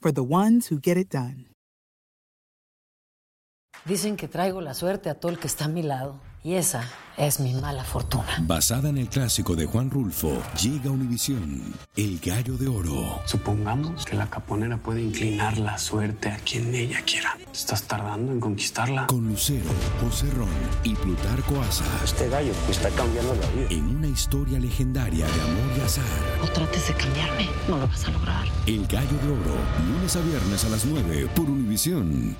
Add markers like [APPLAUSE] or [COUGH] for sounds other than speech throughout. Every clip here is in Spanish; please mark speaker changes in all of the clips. Speaker 1: for the ones who get it done.
Speaker 2: Dicen que traigo la suerte a todo el que está a mi lado. Y esa es mi mala fortuna.
Speaker 3: Basada en el clásico de Juan Rulfo, llega Univisión, El Gallo de Oro,
Speaker 4: Supongamos que la caponera puede inclinar la suerte a quien ella quiera. ¿Estás tardando en conquistarla?
Speaker 3: con Lucero, José Ron y Plutarco Asa,
Speaker 5: Este gallo está cambiando la vida.
Speaker 3: en una historia legendaria de amor y azar.
Speaker 2: No trates de cambiarme, no lo vas a lograr.
Speaker 3: El Gallo de Oro, lunes a viernes a las 9 por Univisión.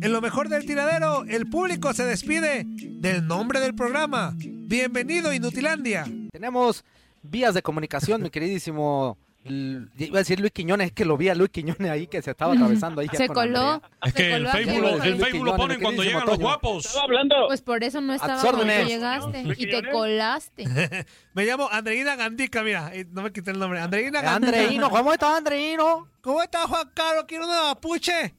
Speaker 6: En lo mejor del tiradero, el público se despide del nombre del programa. Bienvenido, Inutilandia.
Speaker 7: Tenemos vías de comunicación, mi queridísimo. L- Iba a decir Luis Quiñones, es que lo vi a Luis Quiñones ahí que se estaba atravesando. Ahí
Speaker 8: [LAUGHS]
Speaker 7: ya
Speaker 8: Se
Speaker 7: con
Speaker 8: coló.
Speaker 7: Andrea.
Speaker 9: Es que
Speaker 8: se
Speaker 9: el
Speaker 8: coló aquí,
Speaker 9: Facebook, lo-
Speaker 8: Luis
Speaker 9: el Facebook lo
Speaker 7: Quiñones,
Speaker 9: ponen
Speaker 7: mi queridísimo
Speaker 9: cuando llegan los
Speaker 7: Toño.
Speaker 9: guapos.
Speaker 5: hablando?
Speaker 8: Pues por eso no estaba
Speaker 7: sus
Speaker 8: cuando
Speaker 7: órdenes.
Speaker 8: llegaste
Speaker 5: ¿Luis
Speaker 8: y te
Speaker 5: Quiñones?
Speaker 8: colaste.
Speaker 6: Me llamo Andreina Gandica, mira, eh, no me quité el nombre. Andreina Gandica.
Speaker 7: Andreino, ¿cómo estás, Andreino?
Speaker 6: ¿Cómo está Juan Carlos? Quiero una mapuche.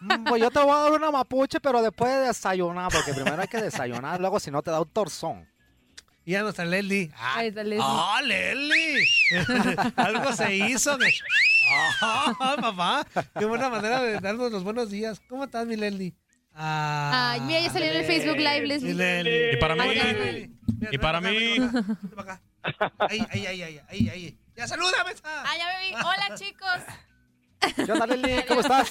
Speaker 7: Mm, Pues yo te voy a dar una mapuche, pero después de desayunar, porque primero hay que desayunar, luego si no te da un torzón.
Speaker 6: Y ya no está Leslie. Ah,
Speaker 8: Ahí está Leslie.
Speaker 6: ¡Ah, Leslie! [LAUGHS] Algo se hizo. que- ¡Ah, papá! Qué buena manera de darnos los buenos días. ¿Cómo estás, mi Leslie? Ah,
Speaker 8: Ay, mira, ya salió en el Facebook Live,
Speaker 6: mi
Speaker 8: Leslie.
Speaker 6: Leslie.
Speaker 9: Y para mí,
Speaker 8: Ándale.
Speaker 9: y para mí.
Speaker 6: Vente para acá. Ahí, ahí, ahí, ahí, ahí, ahí. Ya salúdame. esa.
Speaker 8: Ah, ya me vi. Hola, chicos.
Speaker 7: ¿Qué onda, Lili? ¿Cómo estás?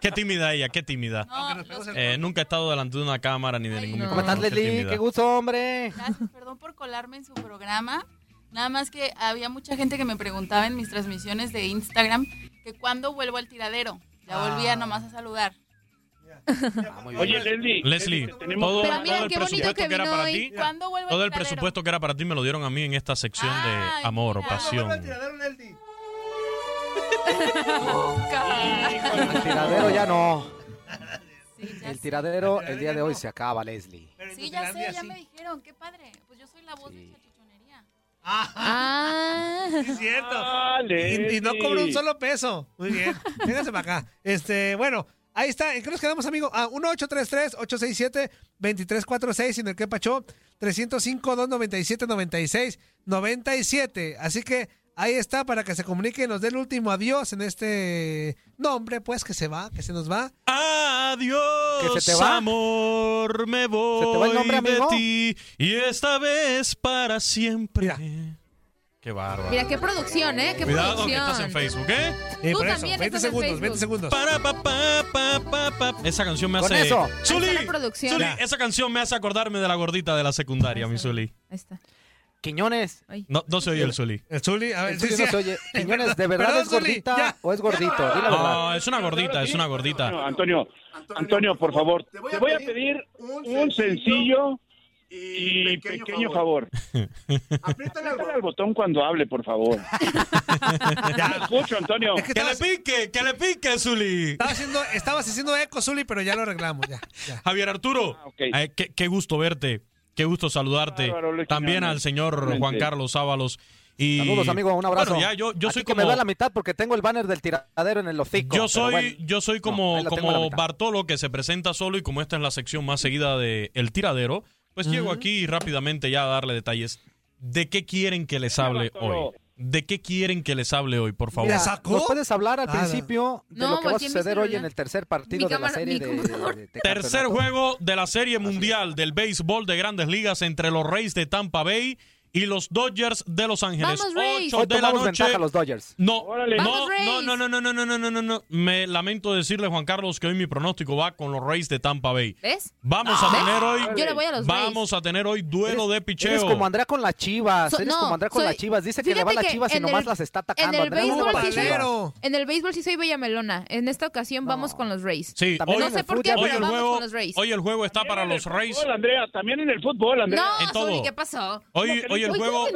Speaker 9: qué tímida ella, qué tímida.
Speaker 8: No,
Speaker 6: Aunque nos
Speaker 8: los-
Speaker 6: pegas el-
Speaker 9: Eh, nunca he estado delante de una cámara ni de
Speaker 8: Ay,
Speaker 9: ningún
Speaker 8: no.
Speaker 7: ¿Cómo estás,
Speaker 6: Ah.
Speaker 9: micrófono, qué
Speaker 7: Lili?
Speaker 9: tímida.
Speaker 7: Qué gusto, hombre.
Speaker 8: Gracias, perdón por colarme en su programa. Nada más que había mucha gente que me preguntaba en mis transmisiones de Instagram que cuándo vuelvo al tiradero. Ya volvía nomás a saludar.
Speaker 7: Ah, muy
Speaker 5: Oye,
Speaker 7: bien.
Speaker 5: Leslie.
Speaker 9: Leslie,
Speaker 5: tenemos-
Speaker 9: todo,
Speaker 8: Pero mira,
Speaker 9: todo el
Speaker 8: qué bonito
Speaker 9: presupuesto que,
Speaker 8: que
Speaker 9: era
Speaker 8: vino
Speaker 9: para
Speaker 8: hoy.
Speaker 9: ti,
Speaker 8: ¿Cuándo vuelvo
Speaker 9: todo
Speaker 8: al
Speaker 9: el
Speaker 8: tiradero?
Speaker 9: presupuesto que era para ti me lo dieron a mí en esta sección
Speaker 8: Ay,
Speaker 9: de amor o
Speaker 8: mira.
Speaker 9: pasión.
Speaker 8: Ah,
Speaker 7: El tiradero ya no.
Speaker 8: Sí, ya
Speaker 7: El
Speaker 8: sé.
Speaker 7: tiradero el día de hoy se acaba, Leslie.
Speaker 6: Pero
Speaker 9: pues
Speaker 8: Sí, ya sé,
Speaker 6: Inutilandia
Speaker 8: ya
Speaker 6: sí.
Speaker 8: me dijeron. Qué padre. Pues yo soy la voz de chachichonería.
Speaker 6: Ah,
Speaker 8: Ah.
Speaker 6: sí, es cierto.
Speaker 5: Ah,
Speaker 6: Y, y no cobra un
Speaker 5: Leslie.
Speaker 6: solo peso. Muy bien. Véngase para acá. Este, bueno, ahí está. ¿En qué nos quedamos, amigo? Ah, 1833-867-2346 en el que pachó 305-297-96-97. Así que ahí está para que se comunique y nos dé el último adiós en este nombre, pues, que se va, que se nos va.
Speaker 9: Adiós,
Speaker 7: ¿Que se te va?
Speaker 9: amor, me voy
Speaker 7: ¿Se te va el nombre,
Speaker 9: de
Speaker 7: amigo?
Speaker 9: ti y esta vez para siempre. Qué bárbaro.
Speaker 8: Mira, qué producción, ¿eh? Qué
Speaker 9: Cuidado que estás en
Speaker 8: producción.
Speaker 9: Facebook, ¿eh?
Speaker 6: Eh,
Speaker 8: Tú
Speaker 6: por eso,
Speaker 8: también
Speaker 6: 20
Speaker 8: estás en
Speaker 6: segundos,
Speaker 8: Facebook.
Speaker 6: 20 segundos.
Speaker 9: Para, pa, pa, pa, pa, pa. Esa canción me
Speaker 7: Con
Speaker 9: hace.
Speaker 7: eso.
Speaker 9: Zuli,
Speaker 8: Ahí está la producción.
Speaker 9: Zuli,
Speaker 8: Ya.
Speaker 9: esa canción me hace acordarme de la gordita de la secundaria, mi Zuli.
Speaker 8: Ahí está.
Speaker 7: Quiñones.
Speaker 9: No, no se oye el Zuli.
Speaker 6: El Eh, Zuli, a ver,
Speaker 7: El
Speaker 6: sí,
Speaker 7: Zuli
Speaker 6: sí.
Speaker 7: no se oye. Quiñones, ¿de verdad
Speaker 6: Perdón,
Speaker 7: es
Speaker 6: Zuli,
Speaker 7: gordita
Speaker 6: ya.
Speaker 7: o es gordito? Di la verdad.
Speaker 9: No, es una gordita, es una
Speaker 5: No,
Speaker 9: gordita.
Speaker 5: Antonio, Antonio, por favor, te voy a, pedir un, sencillo y pequeño, favor. [LAUGHS] Apriétale al botón cuando hable, por
Speaker 9: [LAUGHS]
Speaker 5: favor. ya lo escucho, Antonio.
Speaker 6: Es que
Speaker 9: ¡Que le
Speaker 6: estabas,
Speaker 9: pique, que le pique, Zuli!
Speaker 6: estabas haciendo, estabas haciendo eco, Zuli, pero ya lo arreglamos. Ya, ya.
Speaker 9: Javier Arturo,
Speaker 5: Ah, ok.
Speaker 9: eh, qué, qué gusto verte, qué gusto saludarte.
Speaker 5: Bárbaro, Luis
Speaker 9: También
Speaker 5: Quiñones.
Speaker 9: al señor
Speaker 5: Igualmente.
Speaker 9: Juan Carlos Ábalos Y...
Speaker 7: Saludos, amigo, un abrazo.
Speaker 9: Bueno, ya, yo, yo
Speaker 7: A
Speaker 9: soy
Speaker 7: ti que
Speaker 9: como-
Speaker 7: me da la mitad porque tengo el banner del tiradero en el hocico.
Speaker 9: Yo
Speaker 7: pero
Speaker 9: soy,
Speaker 7: bueno.
Speaker 9: yo soy como,
Speaker 7: ahí la tengo a la
Speaker 9: como
Speaker 7: mitad.
Speaker 9: Bartolo que se presenta solo y como esta es la sección más seguida de El Tiradero, pues llego aquí y rápidamente ya a darle detalles. ¿De qué quieren que les hable hoy? ¿De qué quieren que les hable hoy, por favor?
Speaker 7: Mira, ¿Nos puedes hablar al principio de
Speaker 10: No,
Speaker 7: lo que va a
Speaker 10: volteé mi
Speaker 7: suceder hoy
Speaker 10: celular.
Speaker 7: en el tercer partido
Speaker 10: Mi
Speaker 7: de la
Speaker 10: cámara-
Speaker 7: serie
Speaker 10: mi
Speaker 7: de, de- de
Speaker 9: Tercer juego de la Serie Mundial del Béisbol de Grandes Ligas entre los Reyes de Tampa Bay y los Dodgers de Los Ángeles.
Speaker 7: Vamos, Rays.
Speaker 9: 8
Speaker 7: Hoy
Speaker 9: de la
Speaker 7: tomamos
Speaker 9: noche.
Speaker 7: ventaja los Dodgers.
Speaker 9: No,
Speaker 7: Órale.
Speaker 9: no,
Speaker 7: Vamos,
Speaker 9: no,
Speaker 7: Rays.
Speaker 9: no, no, no, no, no, no, no, no, no. Me lamento decirle, Juan Carlos, que hoy mi pronóstico va con los Reyes de Tampa Bay.
Speaker 10: ¿Ves?
Speaker 9: Vamos
Speaker 10: ¿Ves?
Speaker 6: Ah.
Speaker 9: a tener hoy.
Speaker 10: Yo le voy a los
Speaker 9: vamos a tener hoy duelo de picheo.
Speaker 7: Eres como Andrea con las chivas.
Speaker 10: So-
Speaker 7: eres
Speaker 10: no,
Speaker 7: como Andrea con
Speaker 10: soy-
Speaker 7: las chivas. Dice que le
Speaker 10: fíjate
Speaker 7: va a las
Speaker 10: que
Speaker 7: chivas y
Speaker 10: en
Speaker 7: nomás
Speaker 10: el-
Speaker 7: las está
Speaker 10: En
Speaker 7: atacando.
Speaker 10: el,
Speaker 7: Andrea es
Speaker 10: béisbol
Speaker 7: como
Speaker 10: sí soy,
Speaker 7: palero.
Speaker 10: en el béisbol sí soy bellamelona. En esta ocasión vamos con los Rays.
Speaker 9: Sí,
Speaker 10: no sé por qué,
Speaker 9: hoy
Speaker 10: pero
Speaker 9: el
Speaker 10: vamos
Speaker 9: juego,
Speaker 10: con los Rays.
Speaker 9: hoy el juego está para los Reyes.
Speaker 5: Andrea, también en el fútbol, Andrea.
Speaker 10: no,
Speaker 9: en todo.
Speaker 10: Zuli, ¿qué pasó?
Speaker 9: Hoy, hoy el juego.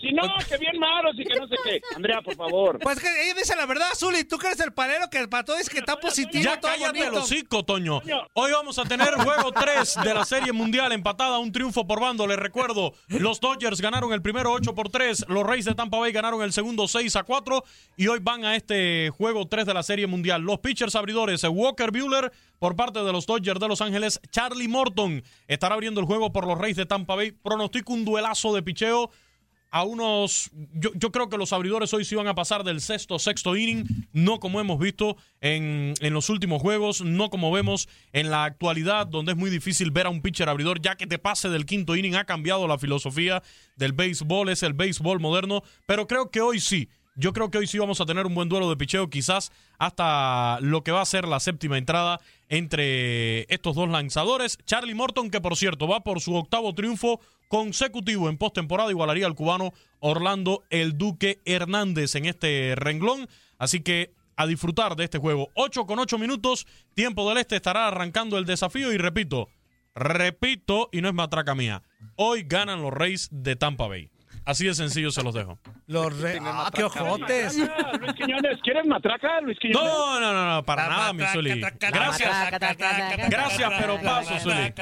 Speaker 5: Sí, no, que bien malos y que no sé qué. Andrea, por favor.
Speaker 6: Pues que ella dice la verdad, Zuli, tú que eres el palero que para todo es que está positivo.
Speaker 9: Ya
Speaker 6: todo
Speaker 9: cállate el
Speaker 6: bonito.
Speaker 9: hocico, Toño. Hoy vamos a tener juego 3 de la Serie Mundial empatada, un triunfo por bando. Les recuerdo, los Dodgers ganaron el primero 8 por 3, los Reyes de Tampa Bay ganaron el segundo 6 a 4 y hoy van a este juego 3 de la Serie Mundial. Los [LAUGHS] pitchers abridores, eh, Walker Buehler por parte de los Dodgers de Los Ángeles, Charlie Morton estará abriendo el juego por los Reyes de Tampa Bay. Pronostico un duelazo de picheo a unos. Yo, yo creo que los abridores hoy sí van a pasar del sexto, sexto inning, no como hemos visto en, en los últimos juegos, no como vemos en la actualidad, donde es muy difícil ver a un pitcher abridor, ya que te pase del quinto inning. Ha cambiado la filosofía del béisbol, es el béisbol moderno, pero creo que hoy sí. Yo creo que hoy sí vamos a tener un buen duelo de picheo, quizás hasta lo que va a ser la séptima entrada entre estos dos lanzadores. Charlie Morton, que por cierto va por su octavo triunfo consecutivo en postemporada, igualaría al cubano Orlando El Duque Hernández en este renglón. Así que a disfrutar de este juego. 8 con 8 minutos, tiempo del este estará arrancando el desafío y repito, repito, y no es matraca mía, hoy ganan los Reyes de Tampa Bay. Así de sencillo se los dejo.
Speaker 6: Los re... Ah, qué ojotes.
Speaker 5: Luis Quiñones, ¿quieres matraca, Luis Quiñones?
Speaker 9: No, no, no, no, para nada, mi Zuli. Gracias. Gracias, pero paso, Zuli.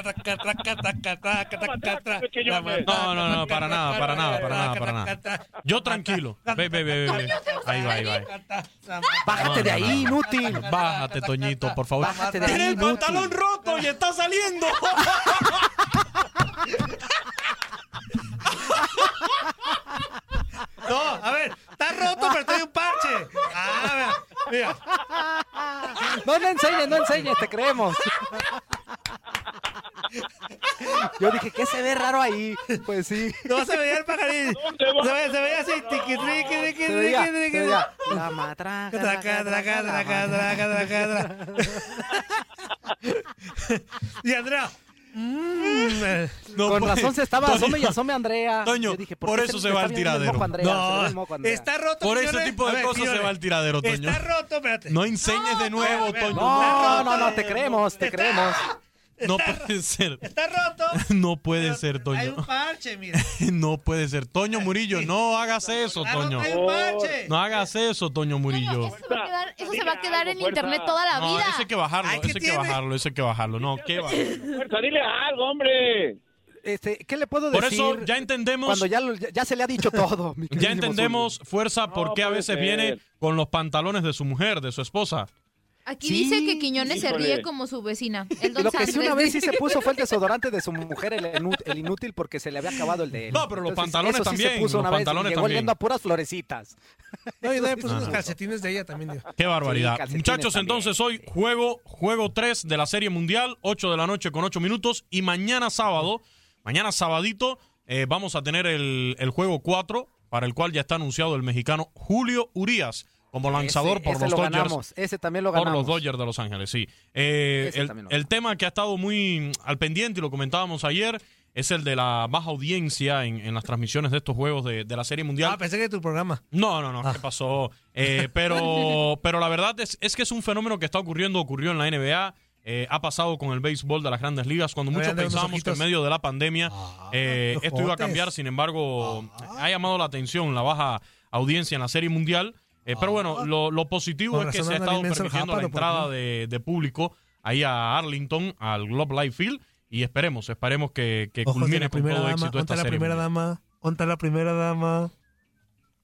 Speaker 9: No, no, no, para nada, para nada, para nada, para nada. Yo tranquilo. Ve, ve, ve, ve, ve. Ahí va, ahí va.
Speaker 7: Bájate de ahí, inútil.
Speaker 9: Bájate, Toñito, por favor.
Speaker 7: Bájate de ahí,
Speaker 9: Tiene el
Speaker 7: inútil.
Speaker 9: pantalón roto y está saliendo. [LAUGHS]
Speaker 6: No, a ver, está roto, pero estoy un parche. Ah, mira.
Speaker 7: No, no enseñes, no enseñes, te creemos. Yo dije, ¿qué se ve raro ahí? Pues sí.
Speaker 6: No se veía
Speaker 5: [LAUGHS]
Speaker 6: el pajarín. Se veía, se veía así, tiqui, triqui, triqui,
Speaker 7: Se veía,
Speaker 6: triqui, triqui.
Speaker 7: se
Speaker 6: [LAUGHS]
Speaker 7: veía. La matraca.
Speaker 6: Traca, traca, traca, traca, traca,
Speaker 7: [LAUGHS]
Speaker 6: traca. Y Andrea. mm, eh,
Speaker 7: Con razón se estaba
Speaker 6: Toño,
Speaker 7: asome y asome Andrea.
Speaker 9: Toño,
Speaker 7: Yo dije,
Speaker 9: por,
Speaker 7: qué
Speaker 9: eso
Speaker 7: le
Speaker 9: se
Speaker 7: está
Speaker 9: va al
Speaker 7: viendo el
Speaker 9: tiradero.
Speaker 7: moco a Andrea? Se ve el moco a Andrea.
Speaker 6: Está roto.
Speaker 9: Por ese
Speaker 6: señores.
Speaker 9: tipo
Speaker 6: A
Speaker 9: de
Speaker 6: ver,
Speaker 9: cosas se
Speaker 6: señores,
Speaker 9: va al tiradero, Toño.
Speaker 6: Está roto, espérate. [LAUGHS]
Speaker 9: No enseñes de nuevo,
Speaker 6: espérate,
Speaker 9: Toño.
Speaker 7: No, no, no, te creemos, te creemos.
Speaker 9: No puede ser.
Speaker 6: Está roto.
Speaker 9: No puede ser,
Speaker 6: Hay
Speaker 9: Toño.
Speaker 6: un parche, mira.
Speaker 9: No puede ser. Toño Murillo, no hagas eso, Toño.
Speaker 6: Hay un parche.
Speaker 9: No hagas eso, Toño Murillo.
Speaker 10: Eso, va a quedar, eso se va a quedar en
Speaker 5: fuerza.
Speaker 10: internet toda la
Speaker 9: No,
Speaker 10: vida.
Speaker 9: ese hay que bajarlo, ese hay que bajarlo, ese hay que bajarlo. No, qué va.
Speaker 5: Fuerza, dile algo, hombre.
Speaker 7: Este, ¿Qué le puedo
Speaker 9: Por
Speaker 7: decir?
Speaker 9: eso ya entendemos-
Speaker 7: Cuando ya, lo- ya- ya se le ha dicho todo. mi
Speaker 9: Ya
Speaker 7: queridísimo
Speaker 9: entendemos, fuerza, por qué a
Speaker 5: puede
Speaker 9: veces
Speaker 5: ser.
Speaker 9: viene con los pantalones de su mujer, de su esposa.
Speaker 10: Aquí
Speaker 7: Sí.
Speaker 10: dice que Quiñones se
Speaker 9: Híjole.
Speaker 10: ríe como su
Speaker 7: [LAUGHS]
Speaker 10: vecina. El
Speaker 7: Zuli. Y
Speaker 10: don
Speaker 7: lo que sí
Speaker 10: Sandres.
Speaker 7: una vez sí se puso fue el desodorante de su mujer, el, inu- el inútil, porque se le había acabado el de él.
Speaker 9: No, pero los
Speaker 7: Entonces,
Speaker 9: pantalones
Speaker 7: eso sí
Speaker 9: también,
Speaker 7: Se puso
Speaker 9: los
Speaker 7: una vez y
Speaker 9: pantalones
Speaker 7: llegó
Speaker 9: también.
Speaker 7: oliendo a puras florecitas.
Speaker 6: No,
Speaker 7: [LAUGHS]
Speaker 6: yo también puse
Speaker 9: No.
Speaker 6: unos calcetines de ella también, digo.
Speaker 9: Qué barbaridad.
Speaker 7: Sí, calcetines
Speaker 9: Muchachos,
Speaker 7: también.
Speaker 9: entonces hoy juego, juego 3 de la Serie Mundial, 8 de la noche con 8 minutos. Y mañana sábado, mañana sabadito, eh, vamos a tener el, el juego 4, para el cual ya está anunciado el mexicano Julio Urías como lanzador
Speaker 7: Ese-
Speaker 9: por
Speaker 7: ese
Speaker 9: los
Speaker 7: lo
Speaker 9: Dodgers.
Speaker 7: ganamos, Ese también lo
Speaker 9: Por
Speaker 7: ganamos.
Speaker 9: los Dodgers de Los Ángeles, sí. Eh,
Speaker 7: Ese
Speaker 9: el,
Speaker 7: también lo
Speaker 9: el tema que ha estado muy mm, al pendiente, y lo comentábamos ayer, es el de la baja audiencia en, en las transmisiones de estos juegos de, de la Serie Mundial.
Speaker 6: Ah, pensé que era tu programa. Ah.
Speaker 9: No, no, no, ¿qué pasó?
Speaker 6: [LAUGHS]
Speaker 9: Eh, pero, pero la verdad es, es que es un fenómeno que está ocurriendo, ocurrió en la NBA, eh, ha pasado con el béisbol de las grandes ligas, cuando
Speaker 6: Oye,
Speaker 9: muchos
Speaker 6: anda, unos
Speaker 9: pensábamos que en
Speaker 6: ojitos. Ah,
Speaker 9: medio de la pandemia eh,
Speaker 6: los Ah.
Speaker 9: esto iba a
Speaker 6: jotes.
Speaker 9: cambiar, sin embargo, ha llamado la atención la baja audiencia en la Serie Mundial. Eh, pero bueno, lo, lo positivo
Speaker 6: Ah. Con
Speaker 9: es que
Speaker 6: razón
Speaker 9: se ha
Speaker 6: andan
Speaker 9: estado
Speaker 6: inmenso el
Speaker 9: permitiendo la
Speaker 6: jáparo por
Speaker 9: entrada
Speaker 6: aquí.
Speaker 9: de, de público ahí a Arlington, al Globe Life Field, y esperemos, esperemos que, que
Speaker 6: Ojos de
Speaker 9: culmine
Speaker 6: la
Speaker 9: con
Speaker 6: primera
Speaker 9: todo
Speaker 6: dama.
Speaker 9: éxito
Speaker 6: Onta
Speaker 9: esta
Speaker 6: la
Speaker 9: serie.
Speaker 6: primera
Speaker 9: Mundial.
Speaker 6: dama. Onta la primera dama.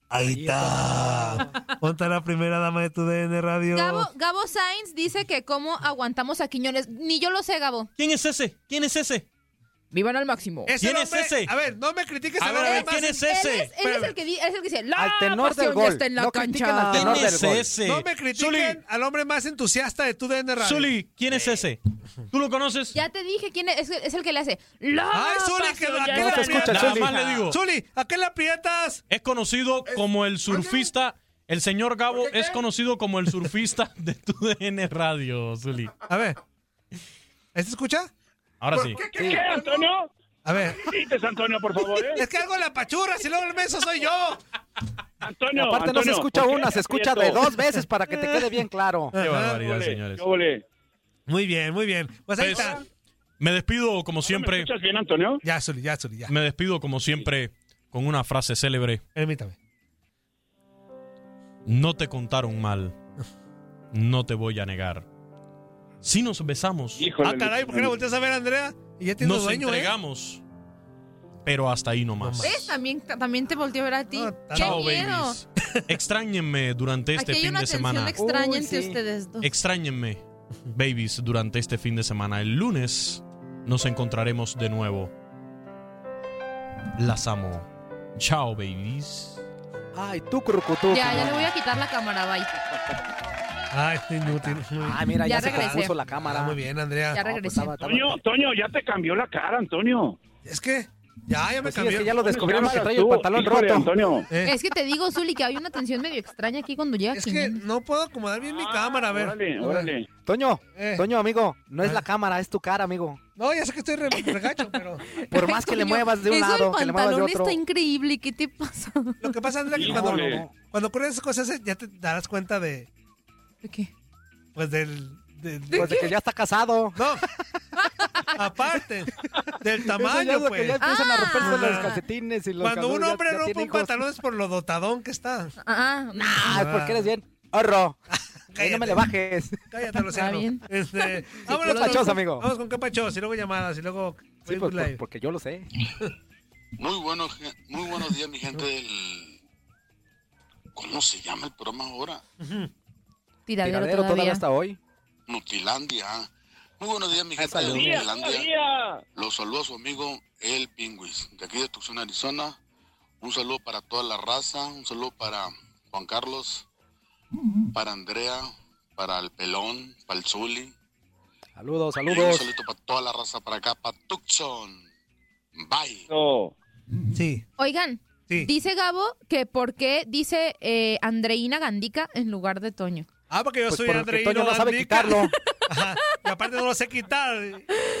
Speaker 6: Ahí está. Ponte la primera dama de tu DN Radio.
Speaker 10: Gabo, Gabo Sainz dice que cómo aguantamos a Quiñones. Ni yo lo sé, Gabo.
Speaker 9: ¿Quién es ese? ¿Quién es ese?
Speaker 10: Vivan al máximo.
Speaker 6: Es el
Speaker 9: ¿Quién es
Speaker 6: hombre-
Speaker 9: ese?
Speaker 6: A ver, no me critiques
Speaker 9: a,
Speaker 6: a
Speaker 9: ver,
Speaker 6: nadie
Speaker 9: a ver,
Speaker 6: más.
Speaker 9: ¿quién es
Speaker 10: Él es,
Speaker 9: ese?
Speaker 10: él es el que, di- él es el que dice, la
Speaker 6: Ah,
Speaker 7: Al tenor del
Speaker 10: pasión
Speaker 7: gol.
Speaker 10: ya está en la
Speaker 7: No critiquen
Speaker 10: cancha.
Speaker 7: al tenor
Speaker 9: ¿Quién
Speaker 7: del
Speaker 9: es
Speaker 7: gol.
Speaker 9: ese?
Speaker 6: No me critiquen
Speaker 9: Zuli.
Speaker 6: al hombre más entusiasta de tu DN Radio.
Speaker 9: Zuli, ¿quién es ese? ¿Tú lo conoces?
Speaker 10: Ya te dije quién es, es, es el que le hace. La
Speaker 7: Ah,
Speaker 6: Ay, Zuli, que
Speaker 10: pasión
Speaker 6: ¿a
Speaker 10: ya
Speaker 6: qué la
Speaker 10: está en la
Speaker 6: aprietas?
Speaker 9: Nada más le digo.
Speaker 6: Zuli, ¿a qué la aprietas?
Speaker 9: Es conocido como el surfista. El señor Gabo es conocido como el surfista de [LAUGHS] tu DN Radio, Zuli.
Speaker 6: A ver. ¿Este escucha?
Speaker 9: Ahora sí.
Speaker 5: ¿Qué, qué, Antonio?
Speaker 6: A ver.
Speaker 5: Dices, Antonio, por favor, ¿eh?
Speaker 6: Es que hago la pachurra, si luego el menso soy yo.
Speaker 7: Y
Speaker 5: Antonio,
Speaker 7: aparte no se
Speaker 5: Antonio,
Speaker 7: escucha
Speaker 5: ¿por qué
Speaker 7: una, se escucha de
Speaker 5: aprieto?
Speaker 7: dos veces para que te quede bien claro.
Speaker 9: Qué barbaridad,
Speaker 5: Ole,
Speaker 9: señores.
Speaker 5: ¿qué ole?
Speaker 6: Muy bien, muy bien. Pues ahí
Speaker 9: Pues,
Speaker 6: está.
Speaker 9: Me despido, como
Speaker 5: ¿Me
Speaker 9: siempre,
Speaker 5: escuchas bien, Antonio?
Speaker 6: Ya, Zuli, ya, Zuli, ya.
Speaker 9: me despido, como siempre, con una frase célebre.
Speaker 6: Permítame.
Speaker 9: No te contaron mal. No te voy a negar. Si nos besamos,
Speaker 5: Híjole.
Speaker 6: ah, caray, ¿por qué no volteas a ver a Andrea? Y ya tiene
Speaker 9: nos
Speaker 6: dueño, ¿eh?
Speaker 9: entregamos. Pero hasta ahí nomás.
Speaker 10: ¿Ves? También, también te volteó a ver a ti.
Speaker 6: No,
Speaker 10: ¡Qué
Speaker 9: Chao,
Speaker 10: miedo!
Speaker 9: babies. Extrañenme durante este
Speaker 10: Aquí hay
Speaker 9: fin
Speaker 10: una
Speaker 9: de
Speaker 10: tensión
Speaker 9: semana.
Speaker 10: extraña
Speaker 7: Uy,
Speaker 10: entre
Speaker 7: sí.
Speaker 10: ustedes dos.
Speaker 9: Extrañenme, babies, durante este fin de semana. El lunes nos encontraremos de nuevo. Las amo. Chao, babies.
Speaker 7: Ay, tú crucutú.
Speaker 10: Ya, ya le voy a quitar la cámara, bye.
Speaker 6: Ay, este inútil.
Speaker 7: Ay, mira,
Speaker 10: Ya
Speaker 7: ya, se
Speaker 10: regresé.
Speaker 7: compuso la cámara.
Speaker 6: Ah, muy bien, Andrea.
Speaker 7: No,
Speaker 10: Ya
Speaker 7: pues,
Speaker 10: regresé.
Speaker 7: estaba- estaba-
Speaker 5: Toño, Toño, ya te cambió la cara, Antonio.
Speaker 6: Es que ya, ya me
Speaker 7: Pues sí,
Speaker 6: cambió.
Speaker 7: es que ya lo descubrimos que
Speaker 5: Cámaras,
Speaker 7: trae el
Speaker 5: tú.
Speaker 7: pantalón
Speaker 5: Híjole,
Speaker 7: roto.
Speaker 5: Antonio.
Speaker 6: Eh,
Speaker 10: Es que te digo, Zuli, que hay una tensión medio extraña aquí cuando llega
Speaker 6: es que
Speaker 10: Quiñones.
Speaker 6: no puedo acomodar bien mi cámara, a ver.
Speaker 5: Órale, órale.
Speaker 7: Toño,
Speaker 6: Eh.
Speaker 7: Toño, amigo, no es
Speaker 6: Ah.
Speaker 7: la cámara, es tu cara, amigo.
Speaker 6: No, ya sé que estoy re- regacho, pero
Speaker 7: [LAUGHS] Por más que le
Speaker 10: Coño,
Speaker 7: muevas de un
Speaker 10: eso
Speaker 7: lado,
Speaker 10: el
Speaker 7: que le muevas de
Speaker 10: pantalón
Speaker 7: otro.
Speaker 10: está increíble. ¿Qué te pasa?
Speaker 6: lo que pasa, Andrea, que
Speaker 5: Híjole.
Speaker 6: cuando, cuando ocurren esas cosas eh, ya te darás cuenta de,
Speaker 10: ¿De qué?
Speaker 6: pues, del... del-
Speaker 7: Pues de que ya está casado.
Speaker 6: No, [LAUGHS] aparte del
Speaker 7: Eso
Speaker 6: tamaño,
Speaker 7: ya es lo que
Speaker 6: pues.
Speaker 7: ya empiezan a romperse
Speaker 10: Ah.
Speaker 7: los calcetines y los
Speaker 6: Cuando un
Speaker 7: calzones, ya-
Speaker 6: hombre
Speaker 7: ya
Speaker 6: rompe
Speaker 7: tiene
Speaker 6: un
Speaker 7: hijos.
Speaker 6: pantalón es por lo dotadón que está.
Speaker 10: Ah, no.
Speaker 7: Ay, porque eres bien.
Speaker 6: [LAUGHS]
Speaker 7: Horro. Ahí no me le bajes.
Speaker 6: Cállate, Luciano.
Speaker 10: bien.
Speaker 6: Este,
Speaker 7: ¿Qué pachos, amigo?
Speaker 6: Vamos con qué pachos, y luego llamadas, y luego
Speaker 7: Sí,
Speaker 6: Facebook
Speaker 7: pues,
Speaker 6: Live.
Speaker 7: por- porque yo lo sé.
Speaker 11: Muy, bueno, gen- muy buenos días, mi gente del... ¿Cómo se llama el programa ahora?
Speaker 10: tiradero,
Speaker 7: Tiradero todavía
Speaker 10: todavía.
Speaker 7: hasta hoy.
Speaker 11: Nutilandia. Muy buenos días, mi gente de
Speaker 7: Saludos.
Speaker 5: Día,
Speaker 11: Nutilandia.
Speaker 5: día.
Speaker 11: Los saludo a su amigo El Pingüis, de aquí de Tucson, Arizona. Un saludo para toda la raza, un saludo para Juan Carlos, para Andrea, para el Pelón, para el Zuli.
Speaker 7: Saludos,
Speaker 11: Y un
Speaker 7: saludos.
Speaker 11: saludo para toda la raza para acá, para Tucson. Bye.
Speaker 5: No.
Speaker 6: Sí,
Speaker 10: Oigan,
Speaker 6: sí.
Speaker 10: dice Gabo que por qué dice eh, Andreina Gandica en lugar de Toño.
Speaker 6: Ah, porque yo
Speaker 7: Pues
Speaker 6: soy
Speaker 7: porque
Speaker 6: Andreino
Speaker 7: Toño no sabe
Speaker 6: Gandica.
Speaker 7: quitarlo.
Speaker 6: [LAUGHS] Ajá, y aparte no lo sé quitar.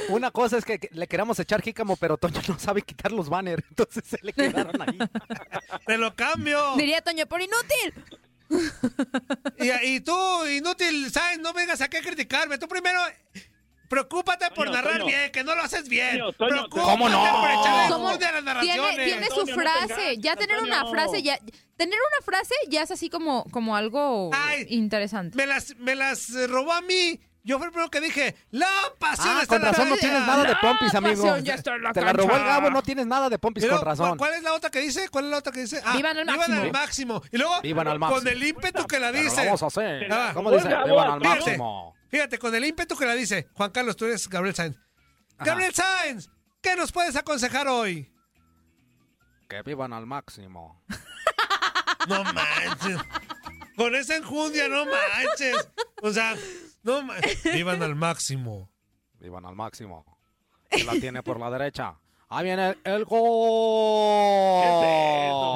Speaker 7: Una cosa es que que le queramos echar jícamo, pero Toño no sabe quitar los banners. [LAUGHS] Entonces se le quedaron ahí.
Speaker 6: Te lo cambio.
Speaker 10: Diría Toño, por inútil.
Speaker 6: Y, y tú, inútil, ¿sabes? No vengas aquí a criticarme. Tú primero, preocúpate por
Speaker 5: Toño,
Speaker 6: narrar
Speaker 5: Toño.
Speaker 6: bien, que no lo haces bien.
Speaker 5: Toño, Toño,
Speaker 6: preocúpate
Speaker 7: ¿Cómo no?
Speaker 6: por echarle
Speaker 10: ¿Cómo?
Speaker 6: luz de las
Speaker 10: Tiene,
Speaker 6: narraciones.
Speaker 10: tiene su
Speaker 5: Toño, no te
Speaker 10: frase.
Speaker 5: enganches,
Speaker 10: ya tener una
Speaker 5: Toño.
Speaker 10: frase, ya tener una frase ya es así como, como algo
Speaker 6: Ay.
Speaker 10: interesante.
Speaker 6: Me las, me las eh, robó a mí. Yo fui el primero que dije, la pasión
Speaker 7: Ah,
Speaker 6: está
Speaker 7: con
Speaker 6: en la
Speaker 7: razón no
Speaker 6: calle".
Speaker 7: tienes nada de
Speaker 10: No,
Speaker 7: pompis, amigo.
Speaker 10: pasión, Ah, ya está en la
Speaker 7: Te la robó el
Speaker 10: cancha.
Speaker 7: Gabo, no tienes nada de pompis,
Speaker 6: Y
Speaker 7: con
Speaker 6: luego,
Speaker 7: razón.
Speaker 6: ¿Cuál es la otra que dice? ¿Cuál es la otra que dice? Ah,
Speaker 10: Vivan al máximo.
Speaker 6: al máximo. Y luego,
Speaker 7: Vivan al máximo.
Speaker 6: con el ímpetu que la
Speaker 7: Pero lo
Speaker 6: dice.
Speaker 7: vamos a hacer.
Speaker 6: Ah,
Speaker 7: ¿Cómo dice?
Speaker 5: Gabo,
Speaker 7: Beban al
Speaker 6: fíjate.
Speaker 7: máximo.
Speaker 6: Fíjate, con el ímpetu que la dice. Juan Carlos, tú eres Gabriel Sainz.
Speaker 7: Ajá.
Speaker 6: Gabriel Sainz, ¿qué nos puedes aconsejar hoy?
Speaker 7: Que vivan al máximo.
Speaker 6: No manches. Con esa enjundia, no manches. O sea, no manches. Vivan al máximo.
Speaker 7: Vivan al máximo. Que la tiene por la derecha. Ahí viene el gol.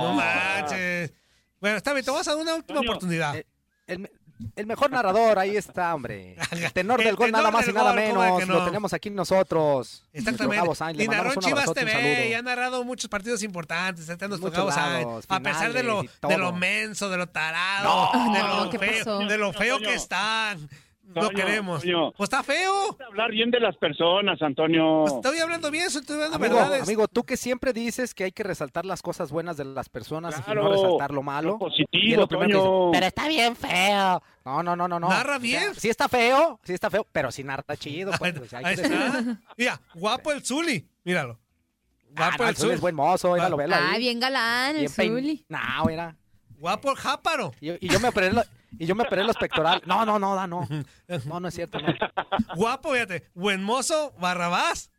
Speaker 6: No manches. Bueno, está bien, te vamos a dar una última
Speaker 5: Toño,
Speaker 6: oportunidad.
Speaker 7: eh, El, me- el mejor narrador, ahí está, hombre. El tenor del
Speaker 6: El
Speaker 7: gol, nada
Speaker 6: tenor
Speaker 7: más y
Speaker 6: del
Speaker 7: nada
Speaker 6: gol, ¿cómo de que
Speaker 7: menos.
Speaker 6: no?
Speaker 7: Lo tenemos aquí nosotros. Nuestro Gabo
Speaker 6: Exactamente.
Speaker 7: Sainz, le
Speaker 6: Y
Speaker 7: mandamos
Speaker 6: narró
Speaker 7: un
Speaker 6: Chivas
Speaker 7: abrazote, un
Speaker 6: TV y ha
Speaker 7: saludo.
Speaker 6: narrado muchos partidos importantes. Está nuestro
Speaker 7: Muchos
Speaker 6: Gabo Sainz.
Speaker 7: lados,
Speaker 6: A pesar de lo,
Speaker 7: finales y
Speaker 6: de lo
Speaker 7: todo.
Speaker 6: menso, de lo tarado,
Speaker 10: No.
Speaker 6: de,
Speaker 10: No,
Speaker 6: lo
Speaker 10: ¿qué pasó?
Speaker 6: feo, de lo feo que están. Lo
Speaker 5: Toño,
Speaker 6: queremos.
Speaker 5: Toño.
Speaker 6: Pues está feo.
Speaker 5: Hablar bien de las personas, Antonio.
Speaker 6: Pues estoy hablando bien, estoy hablando
Speaker 7: Amigo,
Speaker 6: verdades.
Speaker 7: amigo, tú que siempre dices que hay que resaltar las cosas buenas de las personas y no
Speaker 5: Claro.
Speaker 7: resaltar lo malo.
Speaker 5: Lo
Speaker 7: y es
Speaker 5: positivo,
Speaker 7: lo primero que
Speaker 5: Toño.
Speaker 7: dices, pero está bien feo. No, no, no, no, no.
Speaker 6: Narra
Speaker 7: O sea,
Speaker 6: bien.
Speaker 7: sí está feo, sí está feo, pero sí narra chido. pues, o sea, hay
Speaker 6: Ahí
Speaker 7: que
Speaker 6: está.
Speaker 7: decir-
Speaker 6: Mira, guapo el Zuli. Míralo.
Speaker 7: Ah,
Speaker 6: Guapo
Speaker 7: no,
Speaker 6: el
Speaker 7: el Zuli
Speaker 6: Zuli.
Speaker 7: es buen mozo, mira,
Speaker 6: Ah.
Speaker 7: lo velo
Speaker 10: Ah,
Speaker 7: ahí.
Speaker 10: bien galán el
Speaker 7: Bien pein-
Speaker 10: Zuli.
Speaker 7: No, era.
Speaker 6: Guapo el jáparo.
Speaker 7: Y, y yo me operé, lo- y yo me operé los pectorales. No, no, no, da, no. No, no es cierto.
Speaker 6: [LAUGHS]
Speaker 7: No.
Speaker 6: Guapo, fíjate. Buen mozo, Barrabás.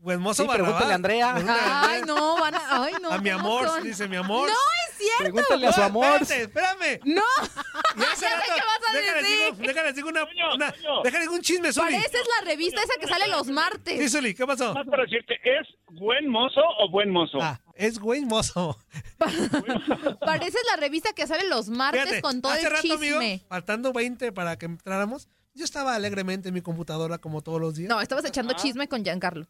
Speaker 6: Buen mozo,
Speaker 7: Sí,
Speaker 6: Barrabás.
Speaker 7: pregúntale a Andrea.
Speaker 6: Pregúntale a Andrea.
Speaker 10: Ay, no, van a. Ay, no.
Speaker 6: a mi
Speaker 10: ¿cómo
Speaker 6: amor,
Speaker 10: son?
Speaker 6: dice mi amor.
Speaker 10: No es cierto.
Speaker 6: Pregúntale a su No, amor. espérate, espérame.
Speaker 10: No. [LAUGHS]
Speaker 6: Ya hace
Speaker 10: Ya sé
Speaker 6: rato-
Speaker 10: qué vas a
Speaker 6: déjales,
Speaker 10: decir.
Speaker 6: digo- déjales, digo una, una- déjales un chisme, Zuli.
Speaker 10: Pareces la revista esa que sale los martes.
Speaker 6: Sí, Zuli, ¿qué pasó?
Speaker 5: Más para decirte, ¿es buen mozo o buen mozo?
Speaker 6: Ah, es güey mozo.
Speaker 10: Pareces la revista que sale los martes
Speaker 6: Fíjate,
Speaker 10: con todo
Speaker 6: hace
Speaker 10: el
Speaker 6: rato,
Speaker 10: chisme.
Speaker 6: amigo, faltando 20 para que entráramos, yo estaba alegremente en mi computadora como todos los días.
Speaker 10: No, estabas echando chisme con Giancarlo.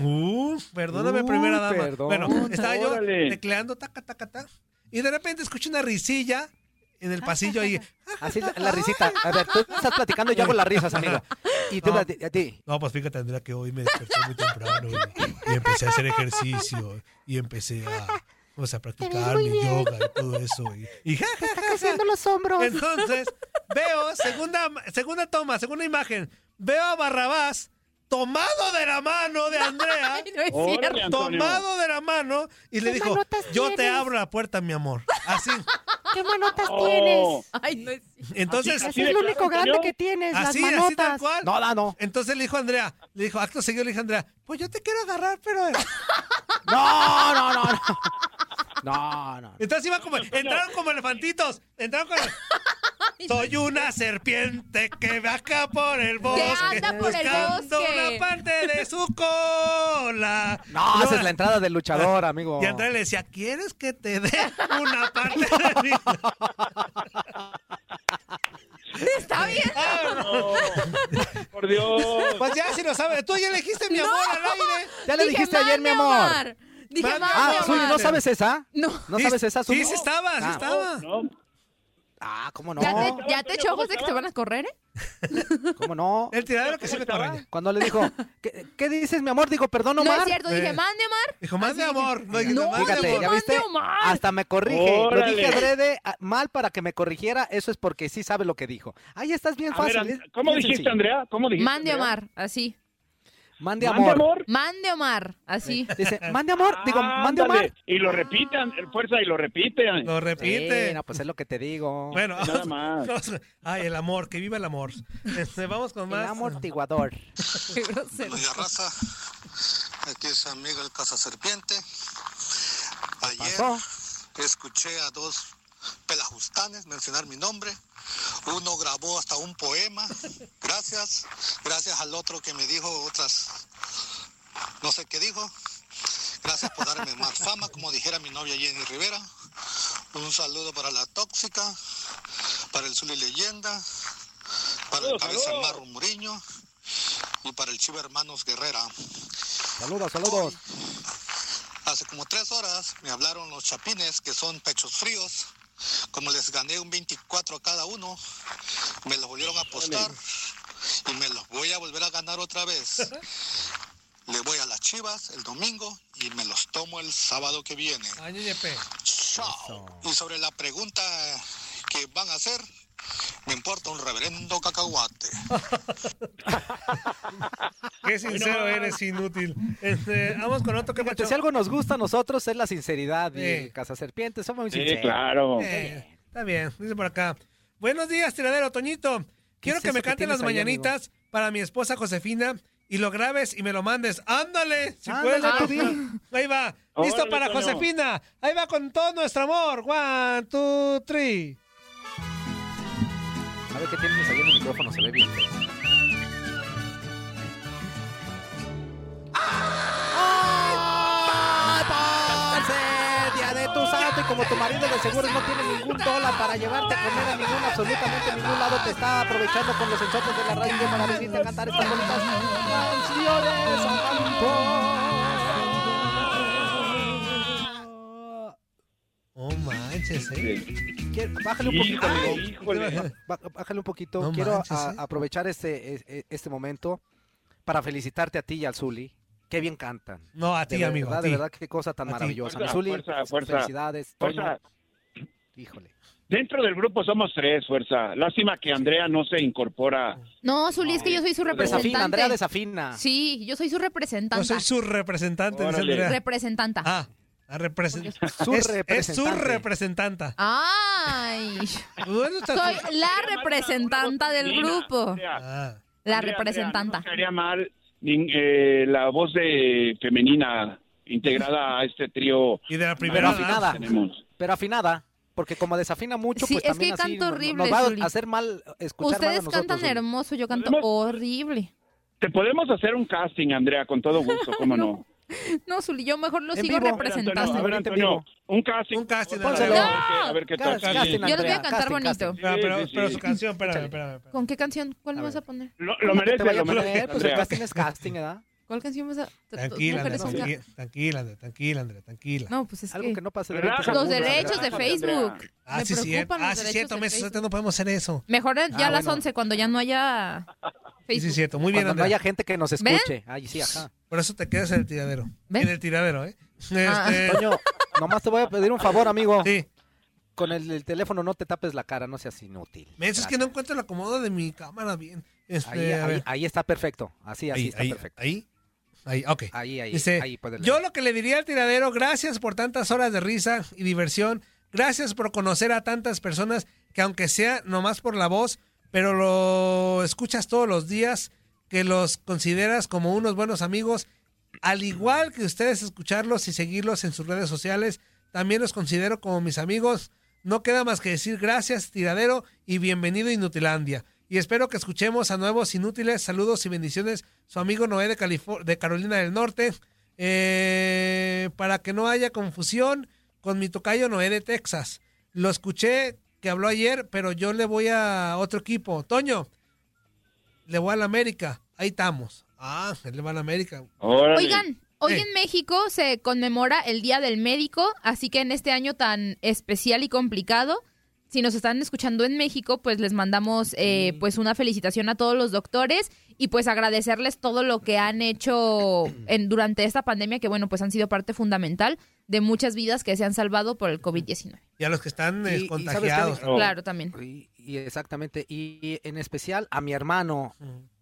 Speaker 6: Uh, perdóname,
Speaker 7: Uh,
Speaker 6: primera dama.
Speaker 7: perdón.
Speaker 6: Bueno, estaba yo
Speaker 7: Órale.
Speaker 6: tecleando, taca, taca, taca. Y de repente escuché una risilla en
Speaker 10: Ah.
Speaker 6: el pasillo ahí.
Speaker 7: Así la, la risita. A ver, tú estás platicando y yo hago las risas, amigo. Y tú
Speaker 6: No.
Speaker 7: a ti- a ti.
Speaker 6: No, pues fíjate, Andrea, que hoy me desperté muy temprano y, y
Speaker 7: pues,
Speaker 6: empecé a hacer ejercicio y empecé a, pues, a practicar mi yoga y todo eso. Y, y ja, ja, ja,
Speaker 7: Haciendo los hombros.
Speaker 6: Entonces, veo, segunda, segunda toma, segunda imagen, veo a Barrabás tomado de la mano de Andrea.
Speaker 10: no es
Speaker 5: Órale, cierto. Antonio.
Speaker 6: tomado de la mano y le
Speaker 10: ¿Qué
Speaker 6: dijo,
Speaker 10: manotas
Speaker 6: yo te
Speaker 10: tienes?"
Speaker 6: abro la puerta, mi amor. Así.
Speaker 10: ¿Qué manotas
Speaker 6: Oh. tienes?
Speaker 10: Ay, no es cierto.
Speaker 6: Entonces,
Speaker 10: Así- así Pues Es de lo claro, único grande Antonio. que tienes, las
Speaker 6: así, Así, tal
Speaker 10: manotas.
Speaker 6: cual.
Speaker 7: No, no, no.
Speaker 6: Entonces le dijo a Andrea, le dijo, acto seguido le dijo a Andrea, pues yo te quiero agarrar, pero...
Speaker 7: No, no, no, no. No, [LAUGHS] no.
Speaker 6: Entonces iba como, entraron como elefantitos, entraron
Speaker 10: [LAUGHS]
Speaker 6: como... Soy una serpiente que vaca por el bosque
Speaker 10: anda por el
Speaker 6: buscando
Speaker 10: bosque.
Speaker 6: una parte de su cola.
Speaker 7: No,
Speaker 6: Y luego-
Speaker 7: haces la entrada del luchador, amigo.
Speaker 6: Y Andrea le decía, ¿quieres que te dé una parte de
Speaker 7: [LAUGHS]
Speaker 6: mí?
Speaker 10: Está bien.
Speaker 5: Por Dios.
Speaker 6: Pues ya si lo sabes, tú ya le dijiste mi
Speaker 10: No.
Speaker 6: amor al aire.
Speaker 7: Ya le
Speaker 10: Dije,
Speaker 7: dijiste
Speaker 10: "Mande
Speaker 7: ayer, mi
Speaker 10: a
Speaker 7: amor".
Speaker 10: Omar. Dije,
Speaker 6: Mande a
Speaker 10: "Mande
Speaker 7: Ah,
Speaker 10: a
Speaker 7: Zuli, ¿no
Speaker 10: Omar".
Speaker 7: sabes esa?
Speaker 10: No.
Speaker 7: ¿No
Speaker 6: Sí,
Speaker 7: sabes esa, Zuli?
Speaker 6: Sí, sí estaba, sí
Speaker 7: Ah.
Speaker 6: estaba.
Speaker 5: No,
Speaker 7: Ah, ¿cómo no?
Speaker 10: ¿Ya te, ya te echó ojos de que te van a correr, eh?
Speaker 7: ¿Cómo no?
Speaker 6: El tiradero que sí me corre.
Speaker 7: Cuando le dijo, ¿qué, qué dices, mi amor? Digo, perdón,
Speaker 10: No,
Speaker 7: Omar.
Speaker 10: es cierto, dije,
Speaker 6: Eh.
Speaker 10: mande Omar.
Speaker 6: Dijo, más de amor. No, dijiste,
Speaker 10: No,
Speaker 6: más de
Speaker 7: Fíjate,
Speaker 6: amor.
Speaker 7: ¿ya viste?
Speaker 10: Mande Omar.
Speaker 7: Hasta me corrige. Lo
Speaker 5: Órale.
Speaker 7: dije adrede a- mal para que me corrigiera. Eso es porque sí sabe lo que dijo. Ahí estás bien
Speaker 5: A ver,
Speaker 7: fácil. ¿eh?
Speaker 5: An-
Speaker 7: es
Speaker 5: ¿Cómo
Speaker 7: bien
Speaker 5: dijiste,
Speaker 7: sencillo.
Speaker 5: Andrea? ¿Cómo dijiste?
Speaker 10: Mande
Speaker 5: Andrea?
Speaker 10: Omar, así.
Speaker 7: Mande
Speaker 5: ¿Mande
Speaker 7: amor.
Speaker 5: amor?
Speaker 10: Mande Omar, así.
Speaker 7: Dice, mande amor. Digo, mande
Speaker 5: Ándale,
Speaker 7: Omar.
Speaker 5: Y lo repitan, fuerza, y lo repitan.
Speaker 6: Lo repite.
Speaker 7: Sí, no, pues es lo que te
Speaker 6: [LAUGHS]
Speaker 7: digo.
Speaker 6: Bueno,
Speaker 5: Nada más.
Speaker 6: vamos- ay, el amor, que viva el amor. Este, vamos con
Speaker 7: El
Speaker 6: más.
Speaker 7: amortiguador.
Speaker 10: [LAUGHS] Qué grosero.
Speaker 11: Oiga, raza, aquí es su amigo el Casa Serpiente. Ayer
Speaker 7: pasó?
Speaker 11: escuché a dos pelajustanes mencionar mi nombre. Uno grabó hasta un poema. Gracias. Gracias al otro que me dijo otras. No sé qué dijo. Gracias por darme más fama, como dijera mi novia Jenny Rivera. Un saludo para la tóxica, para el Zuli Leyenda, para el
Speaker 5: Saludos,
Speaker 11: Cabeza
Speaker 5: saludos.
Speaker 11: Marro Muriño y para el Chiva Hermanos Guerrera.
Speaker 7: Saludos, saludos.
Speaker 11: Hace como tres horas me hablaron los chapines que son pechos fríos. Como les gané un 24 a cada uno, me los volvieron a apostar y me los voy a volver a ganar otra
Speaker 7: [LAUGHS]
Speaker 11: vez. Le voy a las chivas el domingo y me los tomo el sábado que viene.
Speaker 6: Ay, Ñepe.
Speaker 11: Chao. Y sobre la pregunta que van a hacer, me importa un reverendo cacahuate.
Speaker 6: [LAUGHS] Qué sincero eres, inútil. Este, vamos con otro que
Speaker 7: Fíjate, si algo nos gusta a nosotros es la sinceridad. Y
Speaker 6: Sí.
Speaker 7: Casa Serpiente, somos muy
Speaker 5: Sí,
Speaker 7: sinceros.
Speaker 5: claro.
Speaker 6: Eh, está bien, dice por acá. Buenos días, tiradero, Toñito. Quiero
Speaker 7: es
Speaker 6: que
Speaker 7: eso
Speaker 6: me
Speaker 7: que
Speaker 6: canten las
Speaker 7: tienes ahí,
Speaker 6: mañanitas para mi esposa Josefina y lo grabes y me lo mandes. ¡Ándale! Si
Speaker 7: Ándale,
Speaker 6: puedes,
Speaker 7: tú
Speaker 6: Toño. Ahí va. Listo
Speaker 5: Órale,
Speaker 6: para
Speaker 5: Toño.
Speaker 6: Josefina. Ahí va con todo nuestro amor. One, two, three.
Speaker 7: A ver qué tienes ahí en el micrófono, se ve bien. feo. ¡Ah! ¡Pase! Día de tu santo y como tu marido de seguros no tiene ningún dólar para llevarte a comer a ningún, absolutamente ningún lado, te está aprovechando con los enchotes de la radio para venirte a cantar estas bonitas canciones a canto.
Speaker 6: Oh, manches, eh.
Speaker 7: Quiero- Bájale un poquito,
Speaker 5: Híjole,
Speaker 7: amigo.
Speaker 5: híjole.
Speaker 7: Ba- Bájale un poquito.
Speaker 6: No
Speaker 7: Quiero
Speaker 6: manches,
Speaker 7: a-
Speaker 6: ¿eh?
Speaker 7: aprovechar este, es- e- este momento para felicitarte a ti y al Zuli. Qué bien cantan.
Speaker 6: No, a
Speaker 7: De
Speaker 6: ti, amigo.
Speaker 7: verdad,
Speaker 6: a
Speaker 7: de
Speaker 6: ti.
Speaker 7: verdad, qué cosa tan
Speaker 6: A ti.
Speaker 7: maravillosa. Mi
Speaker 5: Fuerza,
Speaker 7: Zuli,
Speaker 5: fuerza, fuerza.
Speaker 7: felicidades. Toño.
Speaker 5: Fuerza.
Speaker 7: Híjole.
Speaker 5: Dentro del grupo somos tres, fuerza. Lástima que Andrea no se incorpora.
Speaker 10: No, Zuli, es que yo soy su
Speaker 7: Desafina,
Speaker 10: representante.
Speaker 7: Andrea desafina.
Speaker 10: Sí, yo soy su
Speaker 6: Yo
Speaker 10: representante.
Speaker 6: soy su representante, dice
Speaker 5: Órale.
Speaker 6: Andrea.
Speaker 10: Representanta.
Speaker 6: Ah, La represen-
Speaker 7: su
Speaker 6: es, es
Speaker 7: representante.
Speaker 6: su representante.
Speaker 10: Ay. Soy
Speaker 6: estás-
Speaker 10: la representante del grupo. La representante.
Speaker 5: Sería mal nin- eh, la voz de femenina integrada a este trío.
Speaker 6: Y de la
Speaker 7: Pero afinada. Pero afinada. Porque como desafina mucho,
Speaker 10: Sí,
Speaker 7: pues
Speaker 10: es
Speaker 7: también
Speaker 10: que
Speaker 7: así
Speaker 10: canta
Speaker 7: no-
Speaker 10: horrible,
Speaker 7: nos va
Speaker 10: Zuli.
Speaker 7: a hacer mal escuchar mal a
Speaker 10: Ustedes
Speaker 7: nosotros.
Speaker 10: cantan
Speaker 7: Zuli.
Speaker 10: hermoso, yo canto horrible.
Speaker 5: Te podemos hacer un casting, Andrea, con todo gusto, ¿cómo
Speaker 6: [LAUGHS]
Speaker 5: no?
Speaker 10: No, Zuli, yo mejor lo
Speaker 5: En
Speaker 10: sigo
Speaker 5: vivo.
Speaker 10: representando.
Speaker 5: A ver, Antonio, un casting. Un
Speaker 6: casting.
Speaker 10: Pónselo.
Speaker 5: A ver qué tal.
Speaker 10: Casting, Yo les voy a cantar bonito.
Speaker 6: No, pero,
Speaker 5: Sí, sí,
Speaker 6: pero
Speaker 5: sí.
Speaker 6: su canción, espérame, espérame. espérame.
Speaker 10: ¿Con qué canción? ¿Cuál me vas a poner?
Speaker 5: Lo
Speaker 7: No te
Speaker 5: merece,
Speaker 7: vaya a
Speaker 5: lo merece,
Speaker 7: poner, Pues el
Speaker 5: Andrea.
Speaker 7: casting es casting, ¿verdad?
Speaker 10: ¿Cuál canción vas a...?
Speaker 6: Tranquila, Andrea,
Speaker 10: Mujeres son
Speaker 6: tranquila, tranquila, Andrea, tranquila, Andrea, tranquila.
Speaker 10: No, pues es
Speaker 7: Algo que no pase de
Speaker 6: Relájate,
Speaker 10: Los
Speaker 6: Andrea,
Speaker 10: derechos de
Speaker 6: relájate,
Speaker 10: Facebook.
Speaker 6: Andrea. Ah,
Speaker 10: Me
Speaker 6: sí, cierto.
Speaker 10: preocupan los
Speaker 6: Ah, sí,
Speaker 10: derechos
Speaker 6: cierto.
Speaker 10: de
Speaker 6: Meses
Speaker 10: Facebook.
Speaker 6: antes no podemos hacer eso.
Speaker 10: Mejor ya
Speaker 6: Ah,
Speaker 10: a las
Speaker 6: bueno.
Speaker 10: 11, cuando ya no haya
Speaker 6: Sí, sí,
Speaker 10: Facebook.
Speaker 6: cierto. Muy bien,
Speaker 7: Cuando no
Speaker 6: Andrea.
Speaker 7: haya gente que nos
Speaker 10: ¿Ven?
Speaker 7: escuche. Ay, sí, ajá.
Speaker 6: Por eso te quedas en el tiradero.
Speaker 10: ¿Ven?
Speaker 6: En el tiradero, ¿eh?
Speaker 7: Ah.
Speaker 6: Este,
Speaker 7: Toño, nomás te voy a pedir un favor, amigo.
Speaker 6: Sí.
Speaker 7: Con el, el teléfono no te tapes la cara, no seas inútil.
Speaker 6: me dices que no encuentro el acomodo de mi cámara bien. Este,
Speaker 7: Ahí,
Speaker 6: a
Speaker 7: ahí,
Speaker 6: ver.
Speaker 7: ahí está perfecto. Así, así
Speaker 6: Ahí,
Speaker 7: está
Speaker 6: ahí,
Speaker 7: perfecto.
Speaker 6: Ahí, ahí, ok.
Speaker 7: Ahí, ahí,
Speaker 6: Dice,
Speaker 7: ahí puedes leer.
Speaker 6: yo lo que le diría al tiradero, gracias por tantas horas de risa y diversión, gracias por conocer a tantas personas que aunque sea nomás por la voz, pero lo escuchas todos los días, que los consideras como unos buenos amigos, al igual que ustedes escucharlos y seguirlos en sus redes sociales, también los considero como mis amigos. No queda más que decir gracias, tiradero, y bienvenido a Inutilandia. Y espero que escuchemos a nuevos inútiles. Saludos y bendiciones. Su amigo Noé de, Califo- de Carolina del Norte. Eh, para que no haya confusión con mi tocayo Noé de Texas. Lo escuché que habló ayer, pero yo le voy a otro equipo. Toño, le voy a la América. Ahí estamos. Ah, él le va a la América.
Speaker 10: Oigan, hoy
Speaker 6: Eh.
Speaker 10: en México se conmemora el Día del Médico, así que en este año tan especial y complicado, si nos están escuchando en México, pues les mandamos eh, pues una felicitación a todos los doctores y pues agradecerles todo lo que han hecho en- durante esta pandemia, que bueno, pues han sido parte fundamental de muchas vidas que se han salvado por el COVID-19.
Speaker 6: Y a los que están eh,
Speaker 7: Y- y ¿sabes qué?
Speaker 6: contagiados.
Speaker 10: Claro, también.
Speaker 7: Y, y exactamente, y, y en especial a mi hermano,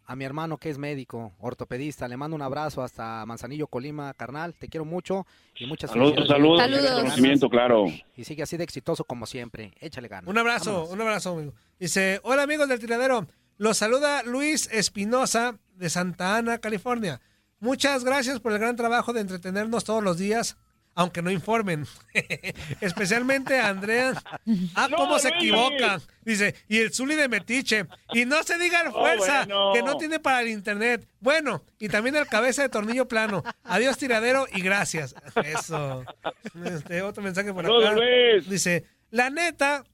Speaker 7: a mi hermano que es médico, ortopedista, le mando un abrazo hasta Manzanillo, Colima, carnal, te quiero mucho y muchas
Speaker 5: Saludos,
Speaker 7: felicidades.
Speaker 5: saludos.
Speaker 10: Saludos.
Speaker 5: Reconocimiento, claro.
Speaker 7: Y sigue así de exitoso como siempre, échale ganas.
Speaker 6: Un abrazo,
Speaker 7: Vámonos.
Speaker 6: un abrazo, amigo. Dice, hola amigos del tiradero, los saluda Luis Espinosa de Santa Ana, California. Muchas gracias por el gran trabajo de entretenernos todos los días, aunque no informen. [LAUGHS] Especialmente a Andrea. Ah, cómo
Speaker 9: No,
Speaker 6: se
Speaker 9: Luis.
Speaker 6: equivoca. Dice, y el Zuli de Metiche. Y no se
Speaker 5: Oh,
Speaker 6: digan fuerza,
Speaker 9: bueno.
Speaker 6: que no tiene para el internet. Bueno, y también el cabeza de tornillo plano. Adiós, tiradero, y gracias. Eso. Este, otro mensaje por
Speaker 5: Saludos,
Speaker 6: acá.
Speaker 5: Luis.
Speaker 6: Dice, la neta,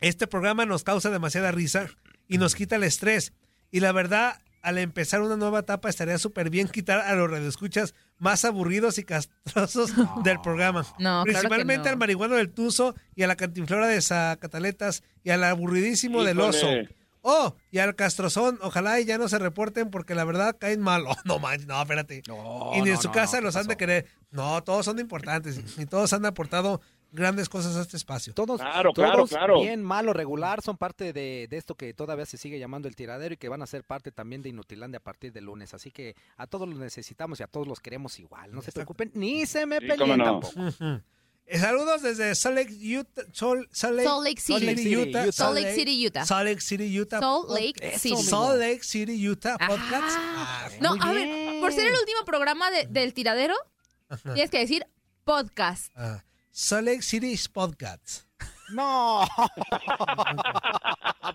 Speaker 6: este programa nos causa demasiada risa y nos quita el estrés. Y la verdad, al empezar una nueva etapa, pues estaría súper bien quitar a los radioescuchas más aburridos y
Speaker 10: [LAUGHS]
Speaker 6: castrosos del programa.
Speaker 10: No, claro Ah, que
Speaker 6: Principalmente
Speaker 10: no.
Speaker 6: al marihuano del Tuzo y a la cantinflora de Zacataletas y al aburridísimo del
Speaker 5: Híjole.
Speaker 6: Oso. Oh, y al Castrozón, ojalá y ya no se reporten porque la verdad caen mal. Oh, no manches, no, espérate. y ni en
Speaker 7: no,
Speaker 6: su
Speaker 7: no,
Speaker 6: casa
Speaker 7: no, ¿qué
Speaker 6: los han de
Speaker 7: pasó?
Speaker 6: querer. No, todos son importantes y todos han aportado grandes cosas a este espacio.
Speaker 7: Todos,
Speaker 5: Claro,
Speaker 7: todos
Speaker 5: claro, claro.
Speaker 7: bien, malo, regular, son parte de, de esto que todavía se sigue llamando el tiradero y que van a ser parte también de Inutilandia a partir de lunes. Así que a todos los necesitamos y a todos los queremos igual. No se preocupen, ni se me
Speaker 5: Sí, cómo
Speaker 7: peleen
Speaker 5: no.
Speaker 6: [LAUGHS]
Speaker 7: tampoco.
Speaker 6: Ujú. Eh, Saludos desde Salt Lake, Utah. Sol- Salt Lake,
Speaker 10: Salt Lake City.
Speaker 6: Utah.
Speaker 7: Utah.
Speaker 10: Salt Lake City, Utah.
Speaker 6: Salt Lake City, Utah.
Speaker 10: Salt Lake
Speaker 6: Podcast.
Speaker 10: City.
Speaker 6: Salt Lake City, Utah podcast. Ah,
Speaker 10: No,
Speaker 6: muy
Speaker 10: a
Speaker 6: bien.
Speaker 10: ver, por ser el último programa de- del tiradero,
Speaker 6: Ajá.
Speaker 10: tienes que decir podcast.
Speaker 6: Ah, Salt Lake City podcast.
Speaker 7: No.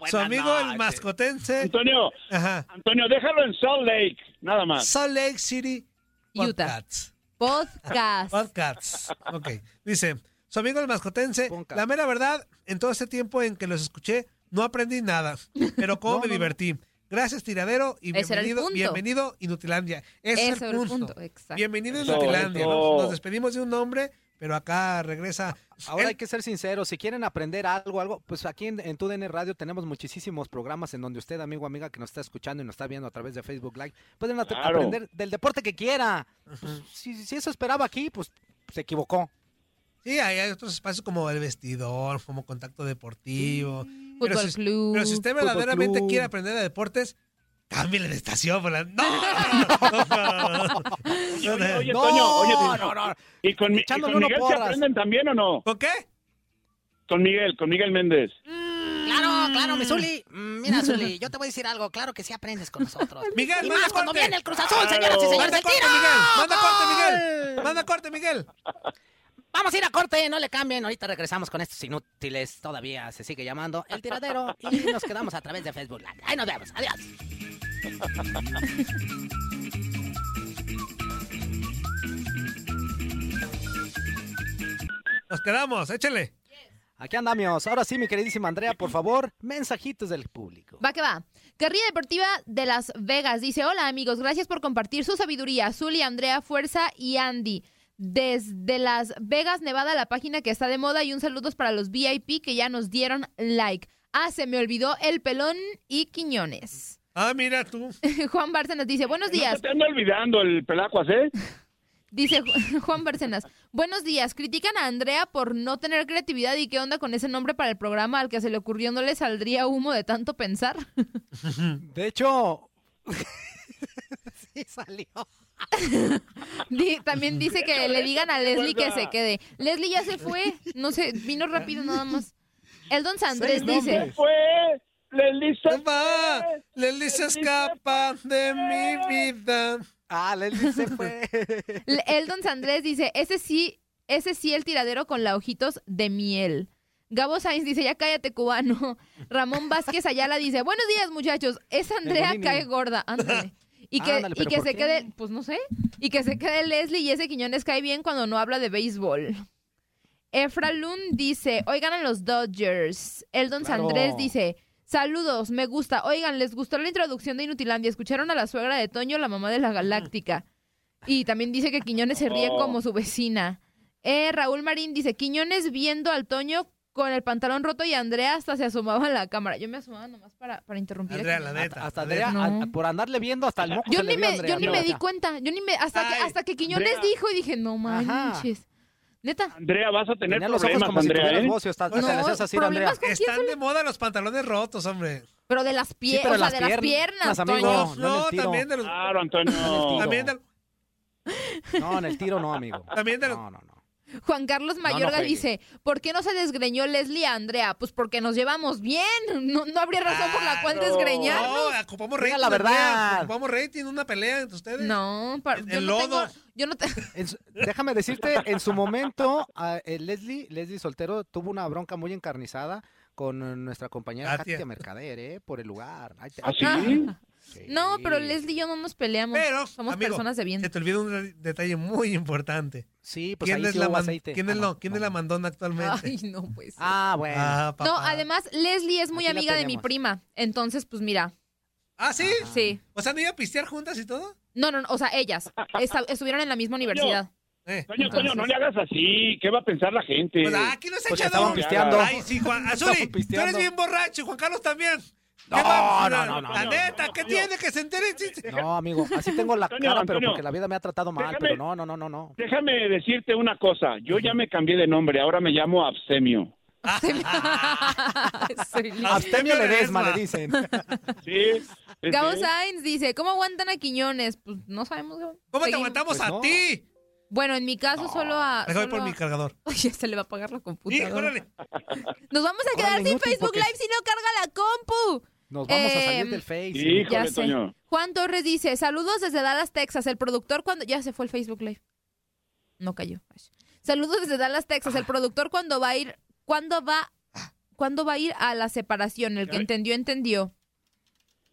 Speaker 6: Su amigo el mascotense.
Speaker 5: Antonio,
Speaker 6: Ajá.
Speaker 5: Antonio, déjalo en Salt Lake, nada más.
Speaker 6: Salt Lake City
Speaker 10: Utah.
Speaker 6: podcast. [LAUGHS]
Speaker 10: Podcast.
Speaker 6: Podcasts. Ok. Dice, su amigo el mascotense,
Speaker 7: Podcast.
Speaker 6: la mera verdad, en todo este tiempo en que los escuché, no aprendí nada, pero
Speaker 10: [LAUGHS]
Speaker 6: cómo me divertí. Gracias, tiradero, y
Speaker 10: Ese era el
Speaker 6: bienvenido,
Speaker 10: punto.
Speaker 6: bienvenido Inutilandia. Ese es el
Speaker 10: Eso era el
Speaker 6: punto.
Speaker 10: punto, exacto.
Speaker 6: Bienvenido
Speaker 5: Eso,
Speaker 6: Inutilandia.
Speaker 5: eso.
Speaker 6: Nos, nos despedimos de un nombre, pero acá regresa.
Speaker 7: Ahora
Speaker 6: el-
Speaker 7: hay que ser sinceros, si quieren aprender algo, algo, pues aquí en, en TUDN Radio tenemos muchísimos programas en donde usted, amigo, amiga que nos está escuchando y nos está viendo a través de Facebook Live, pueden at-
Speaker 5: Claro.
Speaker 7: aprender del deporte que quiera. Pues, si, si eso esperaba aquí, pues se equivocó.
Speaker 6: Sí, hay, hay otros espacios como el vestidor, como contacto deportivo. Pero
Speaker 10: Fútbol
Speaker 6: si,
Speaker 10: club.
Speaker 6: pero si usted
Speaker 7: Fútbol
Speaker 6: verdaderamente [LAUGHS]
Speaker 7: club.
Speaker 10: [LAUGHS]
Speaker 6: quiere aprender de deportes, cámbiale de estación. por la- ¡No!
Speaker 5: Oye, oye, oye,
Speaker 7: No,
Speaker 5: Toño, oye, Toño.
Speaker 7: no, no.
Speaker 5: ¿Y con, mi- y
Speaker 7: Echándole
Speaker 5: con
Speaker 7: uno
Speaker 5: Miguel se
Speaker 7: porras.
Speaker 5: aprenden también o no?
Speaker 6: ¿Con qué?
Speaker 5: Con Miguel, con Miguel Méndez.
Speaker 12: Claro, claro, mi Zuli. Mm, Mira,
Speaker 7: [LAUGHS]
Speaker 12: Zuli, yo te voy a decir algo. Claro que sí aprendes con nosotros.
Speaker 6: Miguel,
Speaker 12: y
Speaker 6: manda
Speaker 12: más cuando
Speaker 6: corte.
Speaker 12: viene el Cruz Azul,
Speaker 6: Claro.
Speaker 12: señoras y señores.
Speaker 6: Manda
Speaker 12: ¡el
Speaker 6: corte,
Speaker 12: tiro!
Speaker 6: Miguel. Manda corte, Miguel.
Speaker 12: ¡Gol!
Speaker 6: Manda corte, Miguel.
Speaker 12: Vamos a ir a corte, no le cambien. Ahorita regresamos con estos inútiles. Todavía se sigue llamando El Tiradero. Y nos quedamos a través de Facebook Live. Ahí nos vemos. Adiós.
Speaker 6: Nos quedamos, échale.
Speaker 7: Aquí andamos. Ahora sí, mi queridísima Andrea, por favor, mensajitos del público.
Speaker 10: Va que va. Carrilla Deportiva de Las Vegas dice: Hola amigos, gracias por compartir su sabiduría. Zuli, Andrea, Fuerza y Andy. Desde Las Vegas, Nevada, la página que está de moda y un saludos para los VIP que ya nos dieron like. Ah, se me olvidó el pelón y Quiñones.
Speaker 6: Ah, mira tú.
Speaker 10: [LAUGHS] Juan Bárcenas dice, buenos
Speaker 5: No
Speaker 10: días.
Speaker 5: te ando olvidando el pelacuas, ¿eh?
Speaker 10: [LAUGHS] Dice Ju- [LAUGHS] Juan Bárcenas, buenos días. Critican a Andrea por no tener creatividad y qué onda con ese nombre para el programa al que se le ocurrió no le saldría humo de tanto pensar. [LAUGHS]
Speaker 7: De [LAUGHS] hecho,
Speaker 12: Sí, salió.
Speaker 10: Di- también dice que le digan a Leslie que se quede. Leslie ya se fue, no sé, vino rápido nada más. El don Sandrés dice,
Speaker 5: fue? Leslie se
Speaker 6: va. Leslie se escapa de mi vida.
Speaker 7: Ah, Leslie se
Speaker 6: [LAUGHS]
Speaker 7: fue.
Speaker 10: le- el don Sandrés dice, ese sí, ese sí el tiradero con la ojitos de miel. Gabo Sainz dice, ya cállate cubano. Ramón Vázquez Ayala dice, buenos días muchachos, esa Andrea
Speaker 12: Benigni.
Speaker 10: cae gorda, ándale. Y que,
Speaker 12: Ándale,
Speaker 10: y
Speaker 12: ¿pero
Speaker 10: que
Speaker 12: por
Speaker 10: se
Speaker 12: qué?
Speaker 10: quede, pues no sé, y que se quede Leslie y ese Quiñones cae bien cuando no habla de béisbol. Efra Lund dice, oigan a los Dodgers. Eldon
Speaker 12: Claro.
Speaker 10: Sandrés dice, saludos, me gusta. Oigan, ¿les gustó la introducción de Inutilandia? ¿Escucharon a la suegra de Toño, la mamá de la galáctica? Y también dice que Quiñones se ríe
Speaker 12: Oh.
Speaker 10: como su vecina. Eh, Raúl Marín dice, Quiñones viendo al Toño con el pantalón roto y Andrea hasta se asomaba a la cámara. Yo me asomaba nomás para, para interrumpir. a
Speaker 7: Andrea,
Speaker 10: Quiñones.
Speaker 7: la neta. Hasta Andrea, a- por andarle viendo hasta el moco
Speaker 10: Yo
Speaker 7: se le
Speaker 10: ni
Speaker 7: vio a
Speaker 10: me,
Speaker 7: Andrea,
Speaker 10: yo ni
Speaker 7: ¿no?
Speaker 10: me di cuenta. Yo ni me, hasta, que, hasta que Quiñones
Speaker 7: Andrea.
Speaker 10: dijo y dije, no manches. Neta.
Speaker 5: Andrea, vas a tener
Speaker 7: Tenía los ojos
Speaker 5: problemas,
Speaker 7: como si
Speaker 5: Andrea,
Speaker 7: tuvieras
Speaker 5: ¿eh?
Speaker 7: bocio, hasta-
Speaker 10: hasta No, le hacías así, problemas Andrea. con quién
Speaker 6: Están de moda los pantalones rotos, hombre.
Speaker 10: Pero de las
Speaker 6: Sí,
Speaker 10: piernas,
Speaker 6: pero
Speaker 10: o sea,
Speaker 6: las
Speaker 10: de las
Speaker 6: piernas,
Speaker 10: piernas,
Speaker 6: amigo, no,
Speaker 10: Toño.
Speaker 6: No, en el tiro. también de
Speaker 10: Ah,
Speaker 6: los-
Speaker 5: Claro, Antonio.
Speaker 7: tiro.
Speaker 6: También de,
Speaker 7: No, en el tiro no, amigo.
Speaker 6: [LAUGHS] también de
Speaker 10: Juan Carlos Mayorga
Speaker 7: juegue.
Speaker 10: dice, ¿por qué no se desgreñó Leslie a Andrea? Pues porque nos llevamos bien. No, no habría razón por la cual desgreñarnos.
Speaker 6: No, ocupamos
Speaker 10: Diga
Speaker 6: rating.
Speaker 10: la
Speaker 6: Andrea,
Speaker 10: verdad.
Speaker 6: Ocupamos rating, una pelea entre ustedes.
Speaker 10: No, pa-
Speaker 6: El-
Speaker 10: yo
Speaker 6: el
Speaker 10: no tengo-
Speaker 6: lodo. [LAUGHS]
Speaker 10: yo no te-
Speaker 7: En su- déjame decirte, en su momento, a- eh, Leslie, Leslie Soltero tuvo una bronca muy encarnizada con eh, nuestra compañera
Speaker 6: Katia.
Speaker 7: Katia Mercader, ¿eh? Por el lugar. Ay, te-
Speaker 6: ¿Ah,
Speaker 5: ¿Ah,
Speaker 10: Ah. No, pero Leslie y yo no nos peleamos.
Speaker 6: Pero,
Speaker 10: Somos
Speaker 6: amigo,
Speaker 10: personas de bien.
Speaker 6: Se te olvida un re- detalle muy importante.
Speaker 7: Sí, pues
Speaker 6: ¿Quién
Speaker 7: ahí
Speaker 6: es
Speaker 7: sí
Speaker 6: la
Speaker 7: hubo
Speaker 6: man-
Speaker 7: aceite.
Speaker 6: ¿Quién
Speaker 7: Ah,
Speaker 6: es, lo- quién es la mandona actualmente?
Speaker 10: Ay, no, pues.
Speaker 7: Ah, bueno.
Speaker 6: Ah, papá.
Speaker 10: No, además, Leslie es muy
Speaker 6: Aquí la
Speaker 10: amiga de mi
Speaker 6: tenemos.
Speaker 10: prima. Entonces, pues mira.
Speaker 6: ¿Ah, sí?
Speaker 10: Sí.
Speaker 6: O sea, ¿no iba a pistear juntas y todo?
Speaker 10: No, no, no, o sea, ellas esta- estuvieron en la misma universidad. [LAUGHS]
Speaker 6: Eh.
Speaker 5: Toño, Toño, no le hagas así. ¿Qué va a pensar la gente?
Speaker 6: Pues, ah, aquí nos ha
Speaker 5: Pues que
Speaker 6: echado
Speaker 5: estaban
Speaker 6: un-
Speaker 5: pisteando.
Speaker 6: Ay, sí,
Speaker 7: [LAUGHS]
Speaker 6: Juan. Azuli, tú eres
Speaker 5: pisteando.
Speaker 6: bien borracho y Juan Carlos también.
Speaker 7: No,
Speaker 6: ¿Qué va?
Speaker 7: no, no, no,
Speaker 6: La
Speaker 7: no,
Speaker 6: neta, ¿qué tiene que se entere?
Speaker 7: No, amigo, así tengo la
Speaker 5: Antonio,
Speaker 7: cara, pero
Speaker 5: Antonio.
Speaker 7: porque la vida me ha tratado mal,
Speaker 5: Déjame-
Speaker 7: pero no, no, no, no, no.
Speaker 5: Déjame decirte una cosa. Yo ya me cambié de nombre. Ahora me llamo Abstemio.
Speaker 6: [LAUGHS]
Speaker 7: Abstemio Ledesma, le dicen.
Speaker 5: Sí. sí,
Speaker 10: Gabo
Speaker 5: sí.
Speaker 10: Sainz dice, ¿cómo aguantan a Quiñones? Pues no sabemos. Gabo.
Speaker 6: ¿Cómo te
Speaker 10: Seguimos.
Speaker 7: Pues
Speaker 6: aguantamos a ti?
Speaker 10: Bueno, en mi caso solo a...
Speaker 6: Déjame
Speaker 10: solo
Speaker 6: por
Speaker 10: a-
Speaker 6: mi cargador.
Speaker 10: Ay, ya se le va a apagar la
Speaker 6: Sí,
Speaker 10: computadora.
Speaker 6: órale.
Speaker 10: Nos vamos a quedar
Speaker 7: Órale,
Speaker 10: sin
Speaker 7: inútil,
Speaker 10: Facebook
Speaker 7: porque-
Speaker 10: Live si no carga la compu.
Speaker 7: Nos vamos a salir
Speaker 10: Em,
Speaker 7: del Face.
Speaker 5: Híjole,
Speaker 10: ya sé.
Speaker 5: Toño.
Speaker 10: Juan Torres dice, saludos desde Dallas, Texas. El productor cuando... Ya se fue el Facebook Live. No cayó. Ay. Saludos desde Dallas, Texas. El productor cuando va a ir... ¿Cuándo va... ¿Cuándo va a ir a la separación? El que entendió, entendió.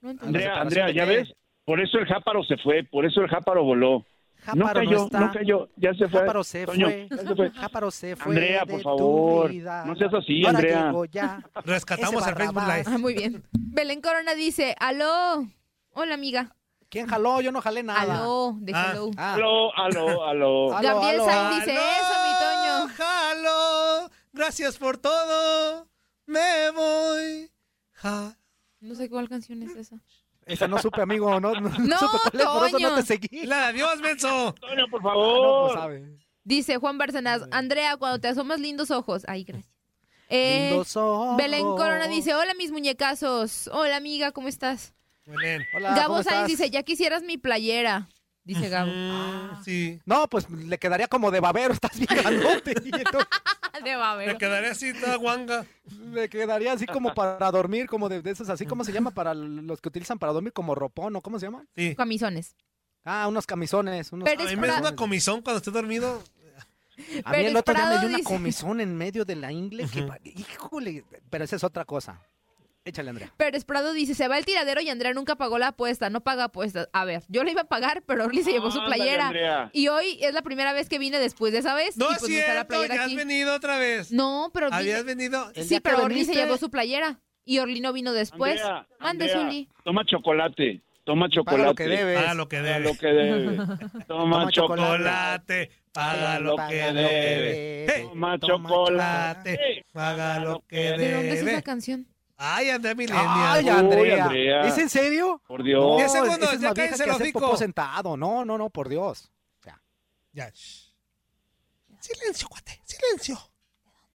Speaker 10: No entendió.
Speaker 5: Andrea, Andrea, ¿ya ves? Por eso el jáparo se fue. Por eso el jáparo voló. no
Speaker 7: Jáparo no
Speaker 5: cayó, no,
Speaker 7: está.
Speaker 5: cayó. Ya se fue.
Speaker 7: Jáparo se
Speaker 5: Toño,
Speaker 7: fue.
Speaker 5: ya se fue.
Speaker 7: Jáparo se fue.
Speaker 5: Andrea,
Speaker 7: de
Speaker 5: por
Speaker 7: tu
Speaker 5: favor.
Speaker 7: vida.
Speaker 5: No seas así,
Speaker 7: Ahora
Speaker 5: Andrea.
Speaker 7: llegó ya.
Speaker 6: Rescatamos
Speaker 7: Ese
Speaker 6: el Facebook
Speaker 7: Barrabás.
Speaker 6: Live.
Speaker 10: Ah, muy bien. Belén Corona dice, aló. Hola, amiga.
Speaker 7: ¿Quién jaló? Yo no jalé nada.
Speaker 10: Aló, de
Speaker 7: Ah,
Speaker 10: hello.
Speaker 7: ah.
Speaker 5: Aló, aló, aló.
Speaker 7: Aló,
Speaker 10: Gabriel
Speaker 7: aló,
Speaker 10: Sainz dice, eso, mi Toño.
Speaker 6: Jalo, gracias por todo. Me voy. Ja.
Speaker 10: No sé cuál canción es esa.
Speaker 7: Esa no supe, amigo. No, no,
Speaker 10: No,
Speaker 7: supe cuál es, por eso no
Speaker 10: Toño.
Speaker 7: te seguí.
Speaker 6: La de adiós, menso.
Speaker 5: Toño, por
Speaker 7: No,
Speaker 5: favor.
Speaker 7: pues sabe.
Speaker 10: Dice Juan Bárcenas, Andrea, cuando te asomas, lindos ojos. Ay, gracias. Eh,
Speaker 7: Lindos ojos.
Speaker 10: Belén Corona dice, hola, mis muñecazos. Hola, amiga, ¿cómo estás?
Speaker 6: Belén.
Speaker 7: Hola,
Speaker 10: Gabo
Speaker 7: ¿cómo
Speaker 10: Sainz
Speaker 7: estás?
Speaker 10: dice, ya quisieras mi playera. dice Gabo.
Speaker 6: Sí.
Speaker 7: No, pues le quedaría como de babero, [LAUGHS] estás bien grandote. y entonces
Speaker 10: [LAUGHS] De babero.
Speaker 6: Me quedaré así toda guanga.
Speaker 7: le quedaría así como para dormir, como de, de esos, así como se llama para los que utilizan para dormir, como ropón, ¿o cómo se llama?
Speaker 6: Sí.
Speaker 10: Camisones.
Speaker 7: Ah, unos camisones. Unos
Speaker 10: Pero es
Speaker 6: A mí me da una comisión cuando estoy dormido.
Speaker 7: A mí el
Speaker 10: Pérez
Speaker 7: otro día me
Speaker 10: Prado
Speaker 7: dio una
Speaker 10: dice-
Speaker 7: comisón en medio de la ingle que, pa- híjole, pero esa es otra cosa. Échale, Andrea.
Speaker 10: Pérez Prado dice, se va el tiradero y Andrea nunca pagó la apuesta, no paga apuestas. A ver, yo le iba a pagar, pero Orly se llevó su
Speaker 6: Ándale,
Speaker 10: playera.
Speaker 6: Andrea.
Speaker 10: y hoy es la primera vez que vine después de esa vez.
Speaker 6: No Ah,
Speaker 10: y
Speaker 6: es
Speaker 10: pues está la
Speaker 6: cierto,
Speaker 10: playera
Speaker 6: ya has
Speaker 10: aquí.
Speaker 6: venido otra vez.
Speaker 10: No, pero...
Speaker 6: Habías
Speaker 10: vine-
Speaker 6: venido.
Speaker 10: Sí, pero Orly se llevó su playera. Y Orly no vino después.
Speaker 5: Andrea,
Speaker 10: Mande,
Speaker 5: Andrea,
Speaker 10: Zuli.
Speaker 5: Toma chocolate. Toma chocolate.
Speaker 7: lo que debes.
Speaker 6: Paga lo que
Speaker 5: Paga
Speaker 6: debes.
Speaker 5: lo que debes. Toma,
Speaker 7: Toma chocolate.
Speaker 6: Chocolate, paga lo que Eh, debes. Hey,
Speaker 5: Toma
Speaker 6: chocolate,
Speaker 5: chocolate.
Speaker 6: paga lo que
Speaker 10: ¿De dónde es esa
Speaker 6: debes.
Speaker 10: canción?
Speaker 6: Ay, Andrea Milenial.
Speaker 7: Ay,
Speaker 5: Uy,
Speaker 7: Andrea.
Speaker 5: Andrea.
Speaker 7: ¿Es en serio?
Speaker 5: Por Dios.
Speaker 7: No,
Speaker 6: Diez segundos,
Speaker 7: esa es
Speaker 6: ya
Speaker 7: más vieja
Speaker 6: cállense
Speaker 7: que
Speaker 6: el
Speaker 7: hacer
Speaker 6: hocico.
Speaker 7: popó sentado. No, no, no, por Dios.
Speaker 6: Ya. shh. Silencio, cuate, silencio.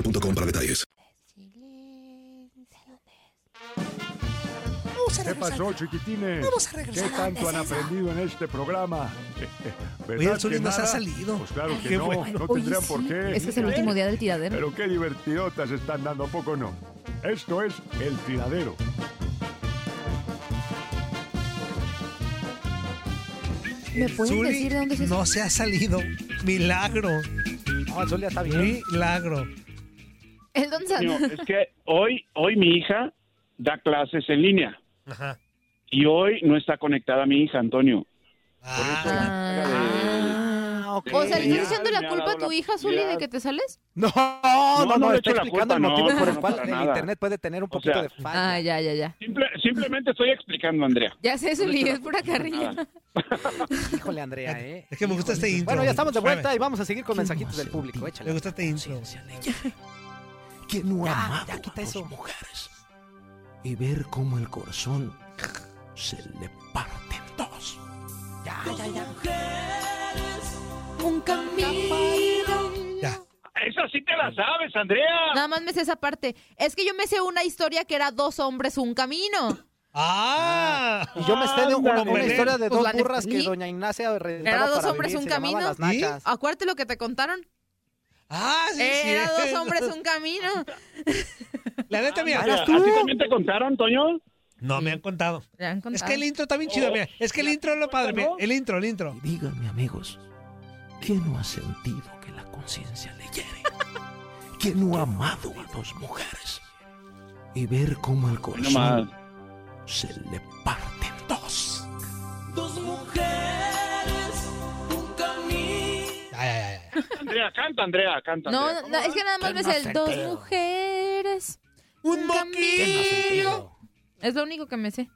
Speaker 13: para detalles.
Speaker 6: Vamos a
Speaker 14: ¿Qué
Speaker 6: regresar.
Speaker 14: pasó, chiquitines?
Speaker 6: Vamos a regresar
Speaker 14: ¿Qué tanto
Speaker 6: antes,
Speaker 14: han
Speaker 6: César.
Speaker 14: aprendido en este programa?
Speaker 6: Oye, el
Speaker 14: ¿Verdad
Speaker 6: Zuli
Speaker 14: que
Speaker 6: no se ha
Speaker 14: nada?
Speaker 6: salido.
Speaker 14: Pues claro que
Speaker 6: Qué
Speaker 14: no,
Speaker 6: bueno.
Speaker 14: no
Speaker 10: Oye,
Speaker 14: tendrían
Speaker 10: sí,
Speaker 14: por qué.
Speaker 10: Este es el último día del tiradero.
Speaker 14: Pero qué divertidotas están dando, ¿a poco no? Esto es El Tiradero.
Speaker 10: ¿Me pueden
Speaker 6: Zuli
Speaker 10: decir de dónde es eso?
Speaker 6: No se ha salido. Milagro.
Speaker 7: No, el sol ya está bien.
Speaker 6: Milagro.
Speaker 10: ¿El dónde
Speaker 5: Niño,
Speaker 10: anda?
Speaker 5: es que hoy, hoy mi hija da clases en línea
Speaker 6: Ajá.
Speaker 5: y hoy no está conectada mi hija, Antonio.
Speaker 7: Ah, ok.
Speaker 10: O sea, ¿le
Speaker 5: Genial,
Speaker 10: estás echando
Speaker 5: me
Speaker 10: la
Speaker 5: ha
Speaker 10: culpa a
Speaker 5: dado
Speaker 10: tu
Speaker 5: la
Speaker 10: hija, Zuli, de
Speaker 5: oportunidad.
Speaker 10: que te sales?
Speaker 7: No,
Speaker 5: no
Speaker 7: no, no,
Speaker 5: le
Speaker 7: está
Speaker 5: echo la
Speaker 7: explicando
Speaker 5: culpa,
Speaker 7: el motivo
Speaker 5: no,
Speaker 7: por el
Speaker 5: no,
Speaker 7: cual
Speaker 5: para
Speaker 7: el
Speaker 5: nada.
Speaker 7: internet puede tener un
Speaker 5: O
Speaker 7: poquito
Speaker 5: sea,
Speaker 7: de falla.
Speaker 10: Ah, ya, ya, ya.
Speaker 5: Simple- simplemente estoy explicando, Andrea.
Speaker 10: Ya sé, Zuli, es pura carrilla.
Speaker 5: Nada.
Speaker 7: Híjole, Andrea, ¿eh?
Speaker 6: Es que me gusta este intro.
Speaker 7: Bueno, ya estamos de vuelta
Speaker 6: Espérame.
Speaker 7: y vamos a seguir con mensajitos del público.
Speaker 6: Me
Speaker 7: Échale.
Speaker 6: gusta este intro.
Speaker 15: que no
Speaker 7: Ya,
Speaker 15: amaba
Speaker 7: ya,
Speaker 15: a
Speaker 7: quita
Speaker 15: dos
Speaker 7: eso.
Speaker 15: mujeres y ver cómo el corazón se le parte en dos.
Speaker 7: Ya, ya, ya.
Speaker 10: Un camino.
Speaker 5: Esa sí te la sabes, Andrea.
Speaker 10: Nada más me sé esa parte. Es que yo me sé una historia que era dos hombres, un camino.
Speaker 6: Ah.
Speaker 7: Y yo me esté de una,
Speaker 6: Ándale.
Speaker 7: una historia de
Speaker 10: Pues
Speaker 7: dos
Speaker 10: la de
Speaker 7: burras que
Speaker 10: Pelín.
Speaker 7: doña Ignacia rentaba
Speaker 10: Era dos
Speaker 7: para
Speaker 10: hombres,
Speaker 7: vivir,
Speaker 10: un
Speaker 7: se llamaba
Speaker 10: camino.
Speaker 7: Las Nachas. Ah,
Speaker 10: Acuérdate lo que te contaron.
Speaker 6: Ah, sí,
Speaker 10: Eh,
Speaker 6: sí.
Speaker 10: era dos hombres, un camino.
Speaker 6: La neta, mira.
Speaker 5: Andrea, ¿A ti también te contaron, Toño?
Speaker 6: No, me han contado.
Speaker 10: ¿Te han contado?
Speaker 6: Es que el intro está bien chido, mira. Es que el intro es lo padre, mira. El intro, el intro.
Speaker 15: Díganme, amigos, ¿quién no ha sentido que la conciencia le hiere? ¿Quién no ha amado a dos mujeres y ver cómo el
Speaker 5: más.
Speaker 15: corazón se le parte en dos?
Speaker 6: Ay, ay, ay.
Speaker 5: Andrea, canta, Andrea, canta.
Speaker 10: No,
Speaker 5: Andrea.
Speaker 10: no, es que nada más me sé el dos mujeres.
Speaker 6: Un
Speaker 10: camino.
Speaker 6: moquillo.
Speaker 10: Es lo único que me sé.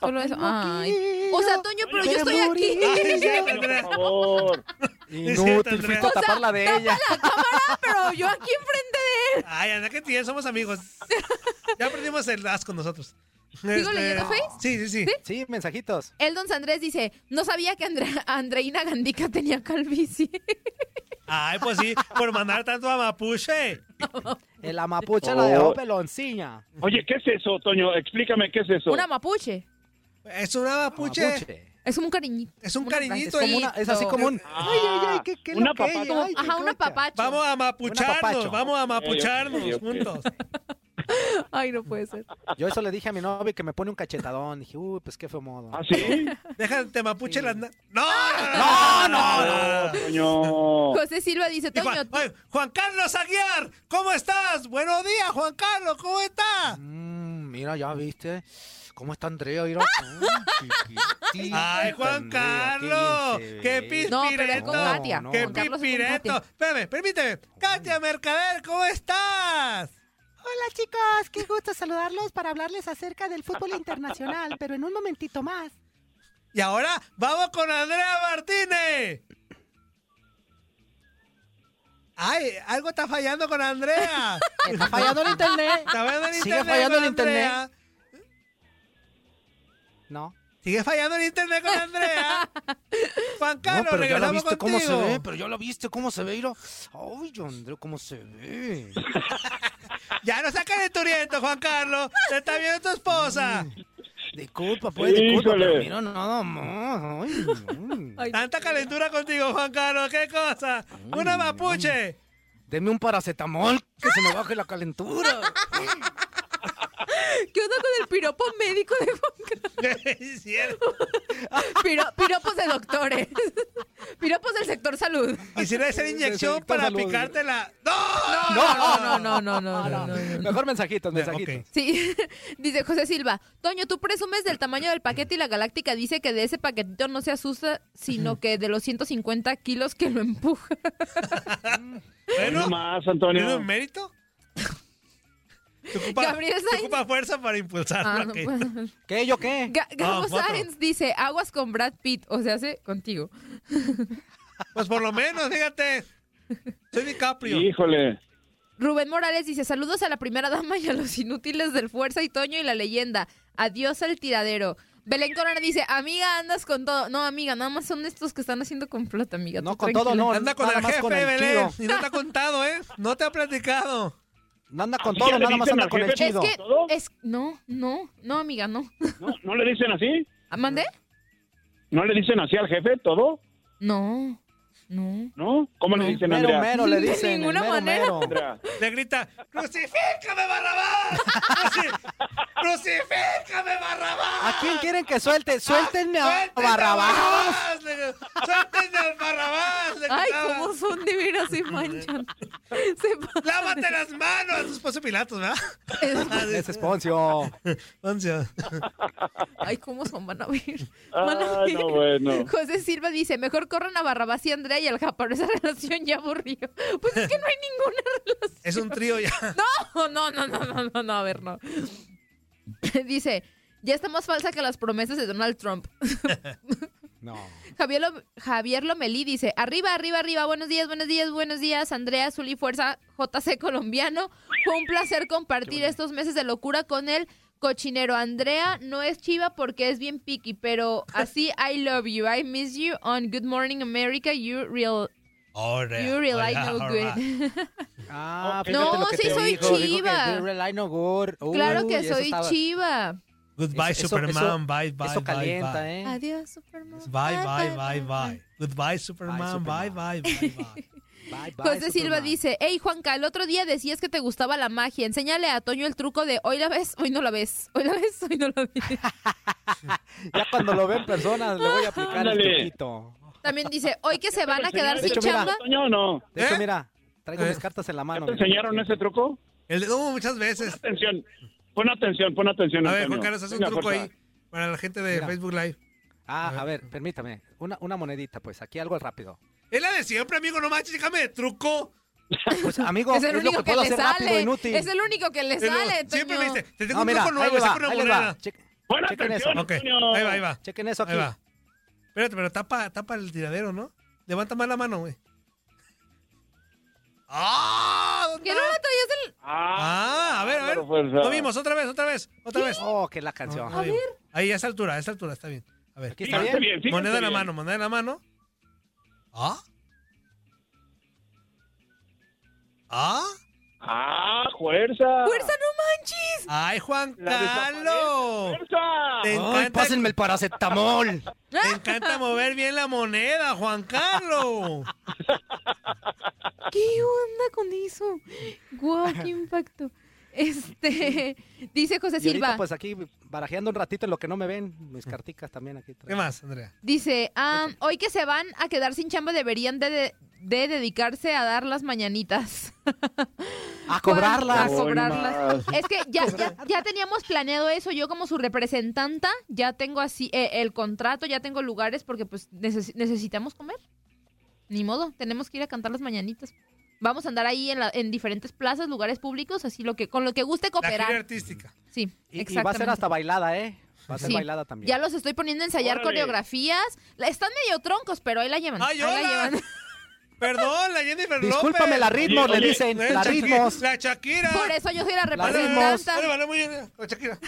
Speaker 10: Solo eso. Ay. O sea, Toño, pero yo estoy aquí. [LAUGHS]
Speaker 6: Ay, sí,
Speaker 5: Por
Speaker 6: Andrea.
Speaker 5: favor.
Speaker 7: Inútil, fuiste a tapar la de ella.
Speaker 10: Pero yo aquí enfrente de él.
Speaker 6: Ay, Andrea, que tía, somos
Speaker 7: [LAUGHS]
Speaker 6: amigos. Ya perdimos el asco nosotros.
Speaker 10: ¿Sigo leyendo, Face?
Speaker 6: Sí, sí, sí.
Speaker 7: Sí, mensajitos.
Speaker 10: Eldon Sandrés dice, no sabía que Andrea- Andreina Gandica tenía calvicie.
Speaker 6: Ay, pues sí, por mandar tanto a Mapuche.
Speaker 7: El amapucha la dejó peloncilla.
Speaker 5: Oye, ¿qué es eso, Toño? Explícame qué es eso.
Speaker 10: Una mapuche.
Speaker 6: Es un mapuche.
Speaker 7: Amapuche.
Speaker 10: Es un cariñito.
Speaker 6: Es un
Speaker 10: Una
Speaker 7: Es,
Speaker 6: cariñito. ahí.
Speaker 7: como una- es así como un...
Speaker 5: Ah,
Speaker 7: ay, ay, ay, qué, qué
Speaker 5: una
Speaker 7: loqueña,
Speaker 5: papada.
Speaker 7: ay, qué
Speaker 10: Ajá, una
Speaker 7: cocha.
Speaker 10: papacha.
Speaker 6: Vamos a mapucharnos,
Speaker 7: apapacho.
Speaker 6: vamos a mapucharnos
Speaker 5: Ok, ok, ok.
Speaker 6: juntos.
Speaker 10: Ay, no puede ser.
Speaker 7: Yo eso le dije a mi novio que me pone un cachetadón. Dije, uy, pues qué feo modo.
Speaker 5: ¿Ah, sí?
Speaker 6: Déjate mapuche las... na- ¡No!
Speaker 7: Ah, No,
Speaker 5: No, Toño.
Speaker 10: José Silva dice,
Speaker 6: Y
Speaker 10: Toño,
Speaker 6: Juan, oye, Juan Carlos Aguiar, ¿cómo estás? Buenos días, Juan Carlos, ¿cómo estás?
Speaker 7: Mm, mira, ya viste. ¿Cómo está Andrea? Mira.
Speaker 10: ¡Ah!
Speaker 6: Ay, Juan Carlos, qué
Speaker 7: piso.
Speaker 10: No, pero es con
Speaker 6: pispireto.
Speaker 10: Katia,
Speaker 7: no.
Speaker 6: Qué
Speaker 10: Juan Carlos es con
Speaker 6: pispireto.
Speaker 10: Katia.
Speaker 6: Espérame, permíteme. Katia Mercader, ¿cómo estás?
Speaker 16: Hola chicos, qué gusto saludarlos para hablarles acerca del fútbol internacional, pero en un momentito más.
Speaker 6: Y ahora vamos con Andrea Martínez. Ay, algo está fallando con Andrea.
Speaker 7: Está fallando el internet.
Speaker 6: Está fallando el internet.
Speaker 7: Sigue fallando
Speaker 6: con
Speaker 7: el internet.
Speaker 6: Andrea.
Speaker 7: No.
Speaker 6: Sigue fallando el internet con Andrea. Juan
Speaker 15: No,
Speaker 6: Carlos,
Speaker 15: pero ya lo
Speaker 6: regresamos
Speaker 15: viste cómo se
Speaker 6: contigo.
Speaker 15: ve, pero ya lo viste cómo se ve. Iro. Ay, André, cómo se ve.
Speaker 6: [LAUGHS] Ya no saca de turiento, Juan Carlos. Te está viendo tu
Speaker 15: Mm.
Speaker 6: esposa.
Speaker 15: Disculpa, pues, disculpa,
Speaker 6: Híjole.
Speaker 15: pero mira nada más. Ay,
Speaker 6: Tanta calentura contigo, Juan Carlos. ¿Qué cosa? Una mapuche.
Speaker 15: deme un paracetamol que se me baje la
Speaker 6: [LAUGHS]
Speaker 15: calentura.
Speaker 16: ¿Qué onda con el piropo médico de
Speaker 7: [LAUGHS]
Speaker 16: Juan
Speaker 6: Es
Speaker 10: [LAUGHS]
Speaker 6: cierto.
Speaker 16: Piro- piropos de doctores. Piropos del sector salud.
Speaker 6: Quisiera esa inyección para picarte la. ¡No!
Speaker 16: No, no, no, no, no, no, no.
Speaker 7: Mejor mensajitos, mensajitos.
Speaker 10: Sí, [LAUGHS] dice José Silva, Toño, tú presumes del tamaño del paquete y la galáctica dice que de ese paquetito no se asusta, sino que de los 150 kilos que lo empuja.
Speaker 5: Bueno, más, Antonio.
Speaker 6: ¿Tiene un mérito? Te ocupa,
Speaker 10: Gabriel
Speaker 6: te
Speaker 10: Sainz.
Speaker 6: ocupa fuerza para impulsarlo.
Speaker 10: Ah, no,
Speaker 6: aquí.
Speaker 10: pues.
Speaker 7: ¿Qué? ¿Yo qué?
Speaker 10: Ga- Gabo
Speaker 6: No, Ah, cuatro.
Speaker 10: Sáenz dice, aguas con Brad Pitt, o sea, hace contigo.
Speaker 6: Pues por lo menos, fíjate. Soy DiCaprio.
Speaker 5: Híjole.
Speaker 10: Rubén Morales dice, saludos a la primera dama y a los inútiles del Fuerza y Toño y la leyenda. Adiós al tiradero. Belén Corona dice, amiga, andas con todo. No, amiga, nada más son estos que están haciendo complot, amiga. No,
Speaker 7: con todo, no.
Speaker 6: Anda con
Speaker 7: nada
Speaker 6: el
Speaker 7: más
Speaker 6: jefe,
Speaker 7: con el
Speaker 6: Belén.
Speaker 7: chido.
Speaker 6: Y no te ha contado, ¿eh? No te ha platicado.
Speaker 7: No anda con todo, nada más anda con el
Speaker 10: Es
Speaker 7: chido.
Speaker 10: que, es, no, no, no, amiga, no. ¿Ah,
Speaker 5: ¿No, no le dicen así?
Speaker 10: ¿Mandé?
Speaker 5: ¿No le dicen así al jefe todo?
Speaker 10: No, no.
Speaker 5: ¿No? ¿Cómo le dicen,
Speaker 7: mero,
Speaker 5: Andrea?
Speaker 7: mero [LAUGHS] le De dicen, el ninguna mero, manera. mero.
Speaker 5: Andrea,
Speaker 6: Le grita, ¡crucifícame, Barrabás! Cruci- ¡Crucifícame, Barrabás! Ah,
Speaker 7: ¿A quién quieren que suelte? Suéltenme a
Speaker 6: ¡Suéltenme
Speaker 7: Barrabás.
Speaker 6: Le- ¡Suéltenme al Barrabás! Le
Speaker 16: Ay,
Speaker 6: gritaba.
Speaker 16: cómo son de veras, se
Speaker 6: [LAUGHS]
Speaker 16: manchan.
Speaker 6: ¡Lávate las manos! Es Poncio Pilatos, ¿verdad?
Speaker 7: Ese es Poncio.
Speaker 6: [LAUGHS] Poncio.
Speaker 10: Ay, cómo son, van a ver.
Speaker 5: Ah,
Speaker 10: Van a ver.
Speaker 5: no, bueno.
Speaker 10: José Silva dice, mejor corran a Barrabás y Andrea y al Japón, esa relación ya aburrió. Pues es que no hay ninguna relación.
Speaker 6: Es un trío ya.
Speaker 10: [LAUGHS] No, no, no, no, no, no, no, a ver, no. [LAUGHS] Dice, ya está más falsa que las promesas de Donald Trump.
Speaker 7: No.
Speaker 10: Javier, Lo- Javier Lomelí dice, arriba, arriba, arriba, buenos días, buenos días, buenos días, Andrea Zuli Fuerza JC Colombiano. Fue un placer compartir estos meses de locura con el cochinero. Andrea no es chiva porque es bien picky, pero así I love you, I miss you on Good Morning America, you real... You real I know good. [LAUGHS]
Speaker 7: Ah,
Speaker 10: No,
Speaker 7: fíjate lo que
Speaker 10: sí
Speaker 7: te
Speaker 10: soy
Speaker 7: dijo, dijo que
Speaker 10: chiva.
Speaker 7: you rely no good. Uy,
Speaker 10: claro que
Speaker 7: eso
Speaker 10: soy
Speaker 7: estaba-
Speaker 10: chiva.
Speaker 6: Goodbye,
Speaker 7: Eso- eso-
Speaker 6: Superman.
Speaker 7: eso-
Speaker 6: bye, bye,
Speaker 7: eso
Speaker 6: bye,
Speaker 7: calienta,
Speaker 6: bye.
Speaker 7: ¿eh?
Speaker 10: Adiós, Superman.
Speaker 6: Bye, bye, bye, bye. Goodbye, Superman. Bye, bye, bye, [LAUGHS] bye.
Speaker 10: José Silva dice, hey Juanca, el otro día decías que te gustaba la magia, enséñale a Toño el truco de hoy la ves, hoy no la ves, hoy la ves, hoy no la
Speaker 7: [LAUGHS]
Speaker 10: ves.
Speaker 7: Ya cuando lo ve en persona le voy a aplicar el
Speaker 5: Ándale.
Speaker 7: truquito.
Speaker 10: También dice, hoy que se van a quedar
Speaker 7: De
Speaker 10: sin
Speaker 7: hecho, mira,
Speaker 10: chamba.
Speaker 5: ¿Toño o no?
Speaker 7: De hecho,
Speaker 5: ¿Eh?
Speaker 7: mira, traigo mis cartas en la [LAUGHS] mano.
Speaker 5: ¿Te
Speaker 7: mira.
Speaker 5: enseñaron ese truco?
Speaker 6: El de, no, muchas veces.
Speaker 5: Pon atención, pon atención, pon atención,
Speaker 6: A ver,
Speaker 5: Antonio.
Speaker 6: Juan Carlos, haz un
Speaker 5: Venga,
Speaker 6: truco
Speaker 5: fuerza.
Speaker 6: ahí para la gente de
Speaker 7: Mira.
Speaker 6: Facebook Live.
Speaker 7: Ah, a ver, permítame. Una, una monedita, pues. Aquí algo rápido.
Speaker 6: Es la de siempre, amigo, no manches, déjame de truco.
Speaker 7: Pues, amigo, es,
Speaker 10: [LAUGHS] es el
Speaker 7: lo que
Speaker 10: único que,
Speaker 7: puedo
Speaker 10: le
Speaker 7: hacer rápido, e
Speaker 10: sale.
Speaker 7: inútil.
Speaker 10: Es el único que le
Speaker 6: Es lo-
Speaker 10: sale,
Speaker 6: siempre
Speaker 10: Toño.
Speaker 6: me dice, te tengo
Speaker 7: No,
Speaker 6: un
Speaker 7: mira,
Speaker 6: truco
Speaker 7: ahí le
Speaker 6: nuevo,
Speaker 7: va,
Speaker 6: saca una
Speaker 7: ahí le va.
Speaker 6: moneda.
Speaker 7: Chequen-
Speaker 5: Buena
Speaker 7: chequen eso.
Speaker 5: atención,
Speaker 6: Ok,
Speaker 5: Antonio.
Speaker 6: ahí va, ahí va.
Speaker 7: Chequen eso
Speaker 6: Ahí
Speaker 7: aquí.
Speaker 6: va. Espérate, pero tapa, tapa el tiradero, ¿no? Levanta más la mano, güey. ¡Ah! ¿dónde
Speaker 10: ¿Que no
Speaker 6: va?
Speaker 10: la traías del...?
Speaker 6: Ah, a ver, a ver.
Speaker 5: claro, fuerza.
Speaker 6: Lo vimos, otra vez, otra vez, otra vez.
Speaker 7: Oh, que la canción.
Speaker 6: A ver. Ahí, a esa altura, a esa altura, está bien. A ver.
Speaker 7: Aquí está
Speaker 5: Fíjate
Speaker 7: bien.
Speaker 5: bien, fíjate
Speaker 6: moneda en la
Speaker 5: bien.
Speaker 6: mano, moneda en la mano. ¿Ah? ¿Ah?
Speaker 5: ¡Ah, fuerza!
Speaker 10: ¡Fuerza, no manches!
Speaker 6: ¡Ay, Juan
Speaker 5: La
Speaker 6: Carlos!
Speaker 5: ¡Fuerza!
Speaker 6: Te
Speaker 15: Ay,
Speaker 6: encanta,
Speaker 15: pásenme el paracetamol.
Speaker 6: te encanta mover bien la moneda, Juan Carlos.
Speaker 7: Ah.
Speaker 10: ¿Qué onda con eso? Guau,
Speaker 7: [LAUGHS]
Speaker 10: qué impacto. Este, dice José
Speaker 7: Y ahorita,
Speaker 10: Silva,
Speaker 7: pues aquí barajeando un ratito en lo que no me ven, mis carticas también aquí.
Speaker 6: ¿Qué más, Andrea?
Speaker 10: dice, ah, hoy que se van a quedar sin chamba deberían de, de- de dedicarse a dar las mañanitas.
Speaker 7: [LAUGHS] A cobrarlas.
Speaker 10: A cobrarlas. Es que
Speaker 7: [LAUGHS]
Speaker 10: ya, ya, ya teníamos planeado eso. Yo como su representanta ya tengo así eh, el contrato, ya tengo lugares porque pues neces- necesitamos comer. Ni modo, tenemos que ir a cantar las mañanitas. Vamos a andar ahí en, la- en diferentes plazas, lugares públicos, así lo que con lo que guste
Speaker 6: La gira
Speaker 10: cooperar.
Speaker 6: artística.
Speaker 10: Sí,
Speaker 7: Y, y va a
Speaker 10: exactamente.
Speaker 7: ser hasta bailada, ¿eh? Va a ser
Speaker 10: Sí.
Speaker 7: bailada también.
Speaker 10: Ya los estoy poniendo a ensayar
Speaker 7: Órale.
Speaker 10: coreografías. La- Están medio troncos, pero ahí la llevan.
Speaker 6: ¡Ay,
Speaker 10: ahí la
Speaker 6: hola!
Speaker 5: [LAUGHS]
Speaker 10: llevan.
Speaker 6: Perdón, la Jennifer López.
Speaker 7: Discúlpame, la ritmo,
Speaker 6: Oye,
Speaker 7: le
Speaker 6: oye,
Speaker 7: dicen,
Speaker 6: eh,
Speaker 7: la
Speaker 6: Shakira, [LAUGHS]
Speaker 7: ritmos.
Speaker 6: La Shakira.
Speaker 10: Por eso yo soy la
Speaker 6: ritmos.
Speaker 10: representante.
Speaker 6: Vale, vale, muy bien. eh, Shakira.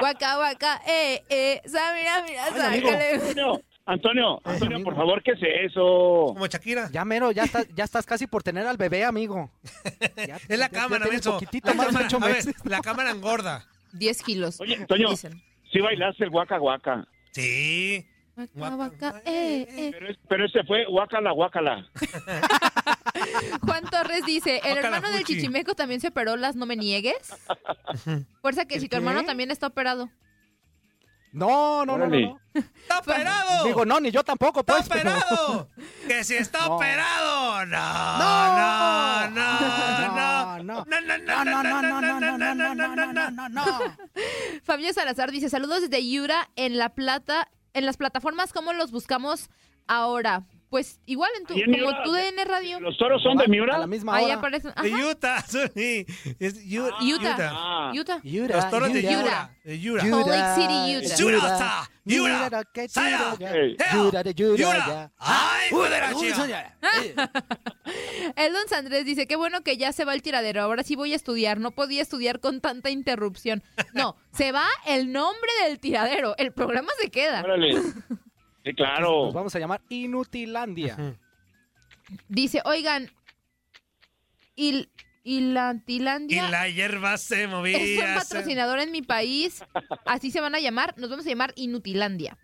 Speaker 10: Guaca, guaca, eh, eh, sa, mira, mira,
Speaker 5: Ay, amigo.
Speaker 10: sácale.
Speaker 5: Antonio,
Speaker 10: eh,
Speaker 5: Antonio, Antonio, por favor, ¿qué es eso?
Speaker 6: Como Shakira.
Speaker 7: Ya mero, ya, está- ya estás casi por tener al bebé, amigo.
Speaker 6: Es la cámara,
Speaker 7: tienes
Speaker 6: Benzo.
Speaker 7: poquitito
Speaker 6: La
Speaker 7: más de
Speaker 6: cámara,
Speaker 7: ocho
Speaker 6: a ver,
Speaker 7: meses.
Speaker 6: la cámara [LAUGHS] engorda.
Speaker 10: 10 kilos.
Speaker 5: Toño,
Speaker 10: dicen.
Speaker 5: sí bailaste el guaca guaca.
Speaker 6: Sí.
Speaker 10: Guaca, guaca, eh, eh.
Speaker 5: Pero ese fue guacala guacala.
Speaker 10: [LAUGHS] Juan Torres dice, el hermano del
Speaker 5: Guacalafuchi.
Speaker 10: chichimeco también se operó las no me niegues. [LAUGHS] Fuerza que si tu hermano también está operado.
Speaker 7: No, no, no, no,
Speaker 5: Órale.
Speaker 7: no. ¡Está operado! Digo, no, ni yo tampoco, pues. ¡Está [LAUGHS] operado!
Speaker 6: Que si está operado. No,
Speaker 7: No.
Speaker 6: no, no, no. No, no, no, no, no, no, no, no, no, no, no, no, no, no,
Speaker 10: Fabio Salazar dice, saludos desde Yura en La Plata. En las plataformas, ¿cómo los buscamos ahora? Pues igual en tu,
Speaker 5: Ahí en
Speaker 10: como
Speaker 5: Miura,
Speaker 10: tu DN Radio.
Speaker 5: ¿Los toros son de Miura?
Speaker 10: Ahí aparecen.
Speaker 6: De
Speaker 10: ajá.
Speaker 6: Utah, [LAUGHS] sí. Es Yu-
Speaker 10: Ah,
Speaker 5: Ah.
Speaker 10: Utah. Utah.
Speaker 7: Utah,
Speaker 6: Los toros de
Speaker 7: Utah.
Speaker 6: Yura. De Yura.
Speaker 10: Salt Lake City, Utah.
Speaker 6: Utah. Yura. Saya. Yura. Ay, hijo de la chica.
Speaker 10: El don Andrés dice, qué bueno que ya se va el tiradero, ahora sí voy a estudiar, no podía estudiar con tanta interrupción.
Speaker 5: [LAUGHS]
Speaker 10: No, se va el nombre del tiradero, el programa se queda.
Speaker 5: Órale. Sí,
Speaker 6: Oh.
Speaker 5: claro.
Speaker 7: Nos vamos a llamar Inutilandia.
Speaker 10: Dice, oigan, il, Ilantilandia
Speaker 6: Y la hierba se movía.
Speaker 10: es un
Speaker 6: se-
Speaker 10: patrocinador en mi país, así se van a llamar, nos vamos a llamar Inutilandia.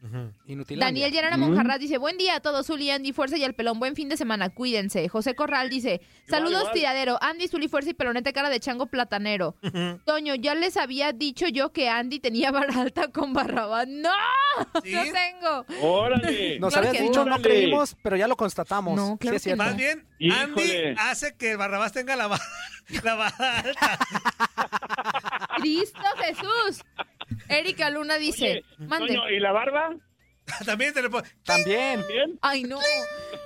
Speaker 10: Daniel Llerana Monjarras dice, buen día a todos, Zuli, Andy, Fuerza y el Pelón, buen fin de semana, cuídense. José Corral dice, saludos
Speaker 17: igual.
Speaker 10: tiradero, Andy, Zuli, Fuerza y Pelonete cara de chango platanero. Toño, ya les había dicho yo que Andy tenía vara alta con Barrabás. ¡No! ¡No tengo!
Speaker 5: Órale.
Speaker 7: Nos
Speaker 10: Claro
Speaker 7: habías
Speaker 10: que
Speaker 7: dicho,
Speaker 10: no.
Speaker 7: no creímos, pero ya lo constatamos. No,
Speaker 10: claro que
Speaker 6: Más bien, Andy hace que el Barrabás tenga la barra, [LAUGHS] la
Speaker 16: [LAUGHS]
Speaker 6: barra alta.
Speaker 10: ¡Cristo Jesús! Erika Luna dice, mande.
Speaker 5: Toño, ¿y la barba?
Speaker 6: [LAUGHS] También se le pone.
Speaker 7: También.
Speaker 10: Ay, no.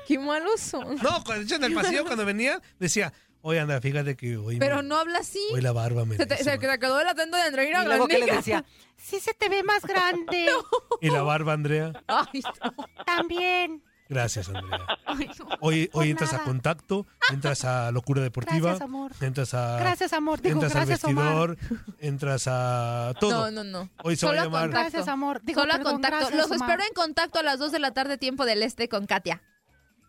Speaker 10: Qué malos son.
Speaker 6: No, cuando- de hecho, en el pasillo cuando venía, decía, oye, Andrea, fíjate que hoy, me-
Speaker 16: Pero no habla así.
Speaker 6: hoy la barba me...
Speaker 16: Se te, se te quedó el atento de Andreina
Speaker 6: Y luego, ¿qué le
Speaker 16: Gandica.
Speaker 6: decía?
Speaker 16: Sí se te ve más grande.
Speaker 6: Y la barba,
Speaker 16: [LAUGHS]
Speaker 6: Andrea.
Speaker 10: Ay,
Speaker 16: También.
Speaker 6: Gracias, Andrea. Hoy, hoy entras a Contacto, entras a Locura Deportiva.
Speaker 16: Pues Gracias, amor.
Speaker 6: Entras a...
Speaker 16: Gracias, amor. Digo,
Speaker 6: entras
Speaker 16: gracias,
Speaker 6: al
Speaker 16: Omar.
Speaker 6: vestidor, entras a todo.
Speaker 10: No, no, no.
Speaker 6: Hoy se va a llamar...
Speaker 10: contacto.
Speaker 16: Gracias, amor. Digo,
Speaker 10: Solo a
Speaker 16: perdón,
Speaker 10: contacto.
Speaker 16: gracias,
Speaker 10: Los
Speaker 16: Omar.
Speaker 10: espero en contacto a las 2 de la tarde, tiempo del este, con Katia.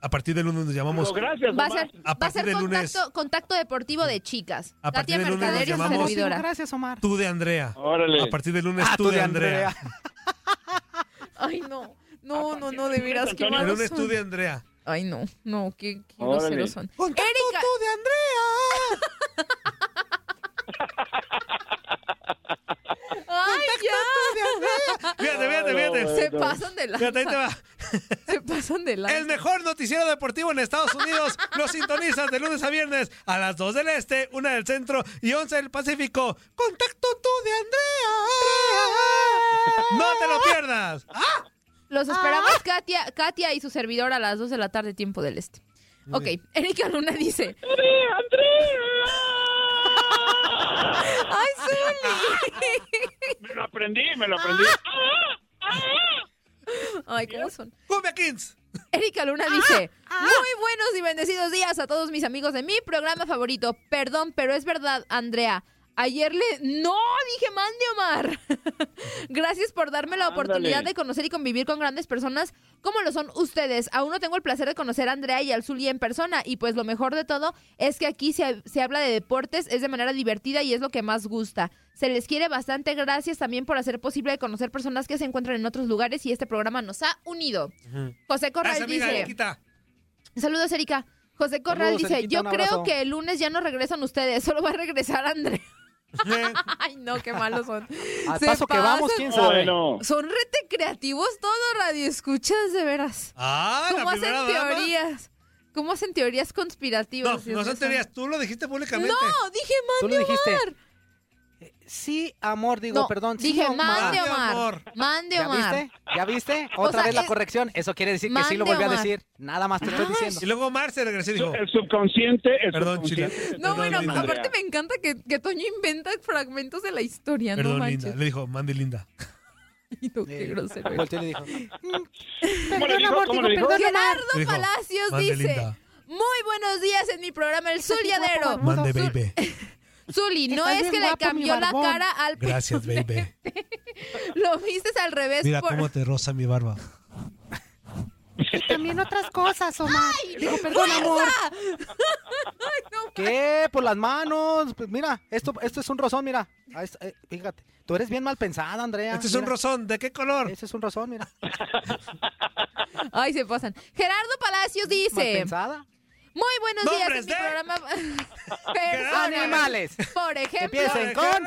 Speaker 6: A partir del lunes nos llamamos...
Speaker 10: Va a ser,
Speaker 6: A
Speaker 10: va a
Speaker 6: partir
Speaker 10: ser
Speaker 6: del lunes,
Speaker 10: contacto, contacto deportivo de chicas.
Speaker 6: A
Speaker 10: Katia
Speaker 6: partir del lunes nos
Speaker 10: Mercader y su
Speaker 6: llamamos-
Speaker 10: servidora.
Speaker 16: Gracias, Omar.
Speaker 6: tú de Andrea. A partir del lunes,
Speaker 7: Ah,
Speaker 6: tú, de Andrea.
Speaker 16: Ay, no. No, no, no, de veras, qué
Speaker 6: El
Speaker 16: malos
Speaker 6: lunes, tú
Speaker 16: son.
Speaker 6: de Andrea.
Speaker 10: Ay, no, no, qué, qué
Speaker 6: Órale.
Speaker 10: groseros son.
Speaker 16: Contacto tú de Andrea.
Speaker 10: ¡Ay, ya!
Speaker 6: Fíjate, fíjate, fíjate.
Speaker 10: Se pasan de la.
Speaker 6: Fíjate, ahí te va.
Speaker 10: [LAUGHS] Se pasan de la.
Speaker 6: El mejor noticiero deportivo en Estados
Speaker 10: [LAUGHS]
Speaker 6: Unidos lo sintonizas de lunes a viernes a las 2 del Este, 1 del Centro y 11 del Pacífico. ¡Contacto tú de Andrea! ¡No te lo pierdas!
Speaker 10: Los esperamos, Katia, Katia y su servidor, a las 2 de la tarde, tiempo del este.
Speaker 6: Muy
Speaker 10: Ok, Erika Luna dice. ¡Ay, Zuli!
Speaker 5: Me lo aprendí, me lo aprendí.
Speaker 10: Ah. Ay, ¿cómo son?
Speaker 6: ¡Cumbia Kings!
Speaker 10: Erika Luna dice, muy buenos y bendecidos días a todos mis amigos de mi programa favorito. Perdón, pero es verdad, Andrea. Ayer le... No, dije, mande Omar. [LAUGHS] Gracias por darme la oportunidad
Speaker 17: Ándale.
Speaker 10: de conocer y convivir con grandes personas como lo son ustedes. Aún no tengo el placer de conocer a Andrea y al Zuli en persona. Y pues lo mejor de todo es que aquí se, se habla de deportes, es de manera divertida y es lo que más gusta. Se les quiere bastante. Gracias también por hacer posible conocer personas que se encuentran en otros lugares y este programa nos ha unido. José Corral
Speaker 6: Gracias, amiga,
Speaker 10: dice.
Speaker 6: Nikita.
Speaker 10: Saludos, Erika. José Corral
Speaker 6: Saludos,
Speaker 10: dice,
Speaker 6: Eriquita,
Speaker 10: yo
Speaker 6: un
Speaker 10: creo
Speaker 6: abrazo".
Speaker 10: que el lunes ya no regresan ustedes, solo va a regresar Andrea. Ay, no, qué malos son.
Speaker 7: Al
Speaker 10: Se
Speaker 7: paso que vamos,
Speaker 10: pasan.
Speaker 7: quién sabe. Bueno.
Speaker 10: Son rete creativos todos, radio escuchas, de veras.
Speaker 6: Ah, la
Speaker 10: ¿Cómo hacen
Speaker 6: primera dama.
Speaker 10: teorías? ¿Cómo hacen teorías conspirativas?
Speaker 6: No, no son teorías, tú lo dijiste públicamente.
Speaker 10: No, dije,
Speaker 6: Tú
Speaker 10: mande
Speaker 6: lo dijiste.
Speaker 10: Omar.
Speaker 7: Eh, Sí, amor, digo,
Speaker 10: No,
Speaker 7: perdón. sí,
Speaker 10: dije, mande, Omar.
Speaker 7: amor.
Speaker 10: Mande,
Speaker 7: ¿Ya
Speaker 10: Omar.
Speaker 7: viste? ¿Ya viste?
Speaker 10: O
Speaker 7: Otra
Speaker 10: sea,
Speaker 7: vez la
Speaker 10: es-
Speaker 7: corrección. Eso quiere decir que sí lo
Speaker 10: Mande,
Speaker 7: volví a
Speaker 10: Omar.
Speaker 7: decir. Nada más te estoy diciendo.
Speaker 6: Y luego Omar se regresó y dijo...
Speaker 5: El subconsciente, el
Speaker 6: Perdón, Chila.
Speaker 10: No, bueno,
Speaker 6: Linda.
Speaker 10: aparte me encanta que, que Toño inventa fragmentos de la historia, no
Speaker 6: Perdón,
Speaker 10: manches.
Speaker 6: Linda. Le dijo, mande Linda.
Speaker 10: [LAUGHS] Y tú, qué grosero. eres.
Speaker 7: Eh, Volteó y le dijo.
Speaker 5: ¿Cómo le dijo?
Speaker 10: amor,
Speaker 5: ¿Cómo
Speaker 10: digo,
Speaker 5: le dijo?
Speaker 10: perdón, Leonardo
Speaker 6: Le dijo,
Speaker 10: Palacios
Speaker 6: "Mande,
Speaker 10: dice,
Speaker 6: Linda.
Speaker 10: muy buenos días en mi programa El Zuliadero.
Speaker 6: Mande, baby.
Speaker 10: Zuli, no
Speaker 16: Estás
Speaker 10: es
Speaker 16: bien
Speaker 10: que le
Speaker 16: guapo, mi
Speaker 10: cambió la
Speaker 16: barbón.
Speaker 10: cara al...
Speaker 6: Gracias, baby.
Speaker 10: [LAUGHS] Lo viste al revés
Speaker 6: Mira
Speaker 10: por... [LAUGHS]
Speaker 6: cómo te roza mi barba.
Speaker 16: También otras cosas, Omar.
Speaker 7: Digo, perdón, amor. ¿Qué? Por las manos. Pues mira, esto, esto es un rosón, mira. Ah, es- eh, fíjate. Tú eres bien mal pensada, Andrea.
Speaker 6: Este es un
Speaker 7: Mira,
Speaker 6: rosón. ¿De qué color?
Speaker 7: Ese es un rosón, mira.
Speaker 10: Ay, se pasan. Gerardo Palacios dice...
Speaker 7: Malpensada.
Speaker 10: Muy buenos días
Speaker 7: Nombres
Speaker 10: en mi
Speaker 7: de-
Speaker 6: [LAUGHS]
Speaker 10: programa... [LAUGHS] Personas.
Speaker 7: Animales.
Speaker 10: Por ejemplo...
Speaker 7: Empiecen con...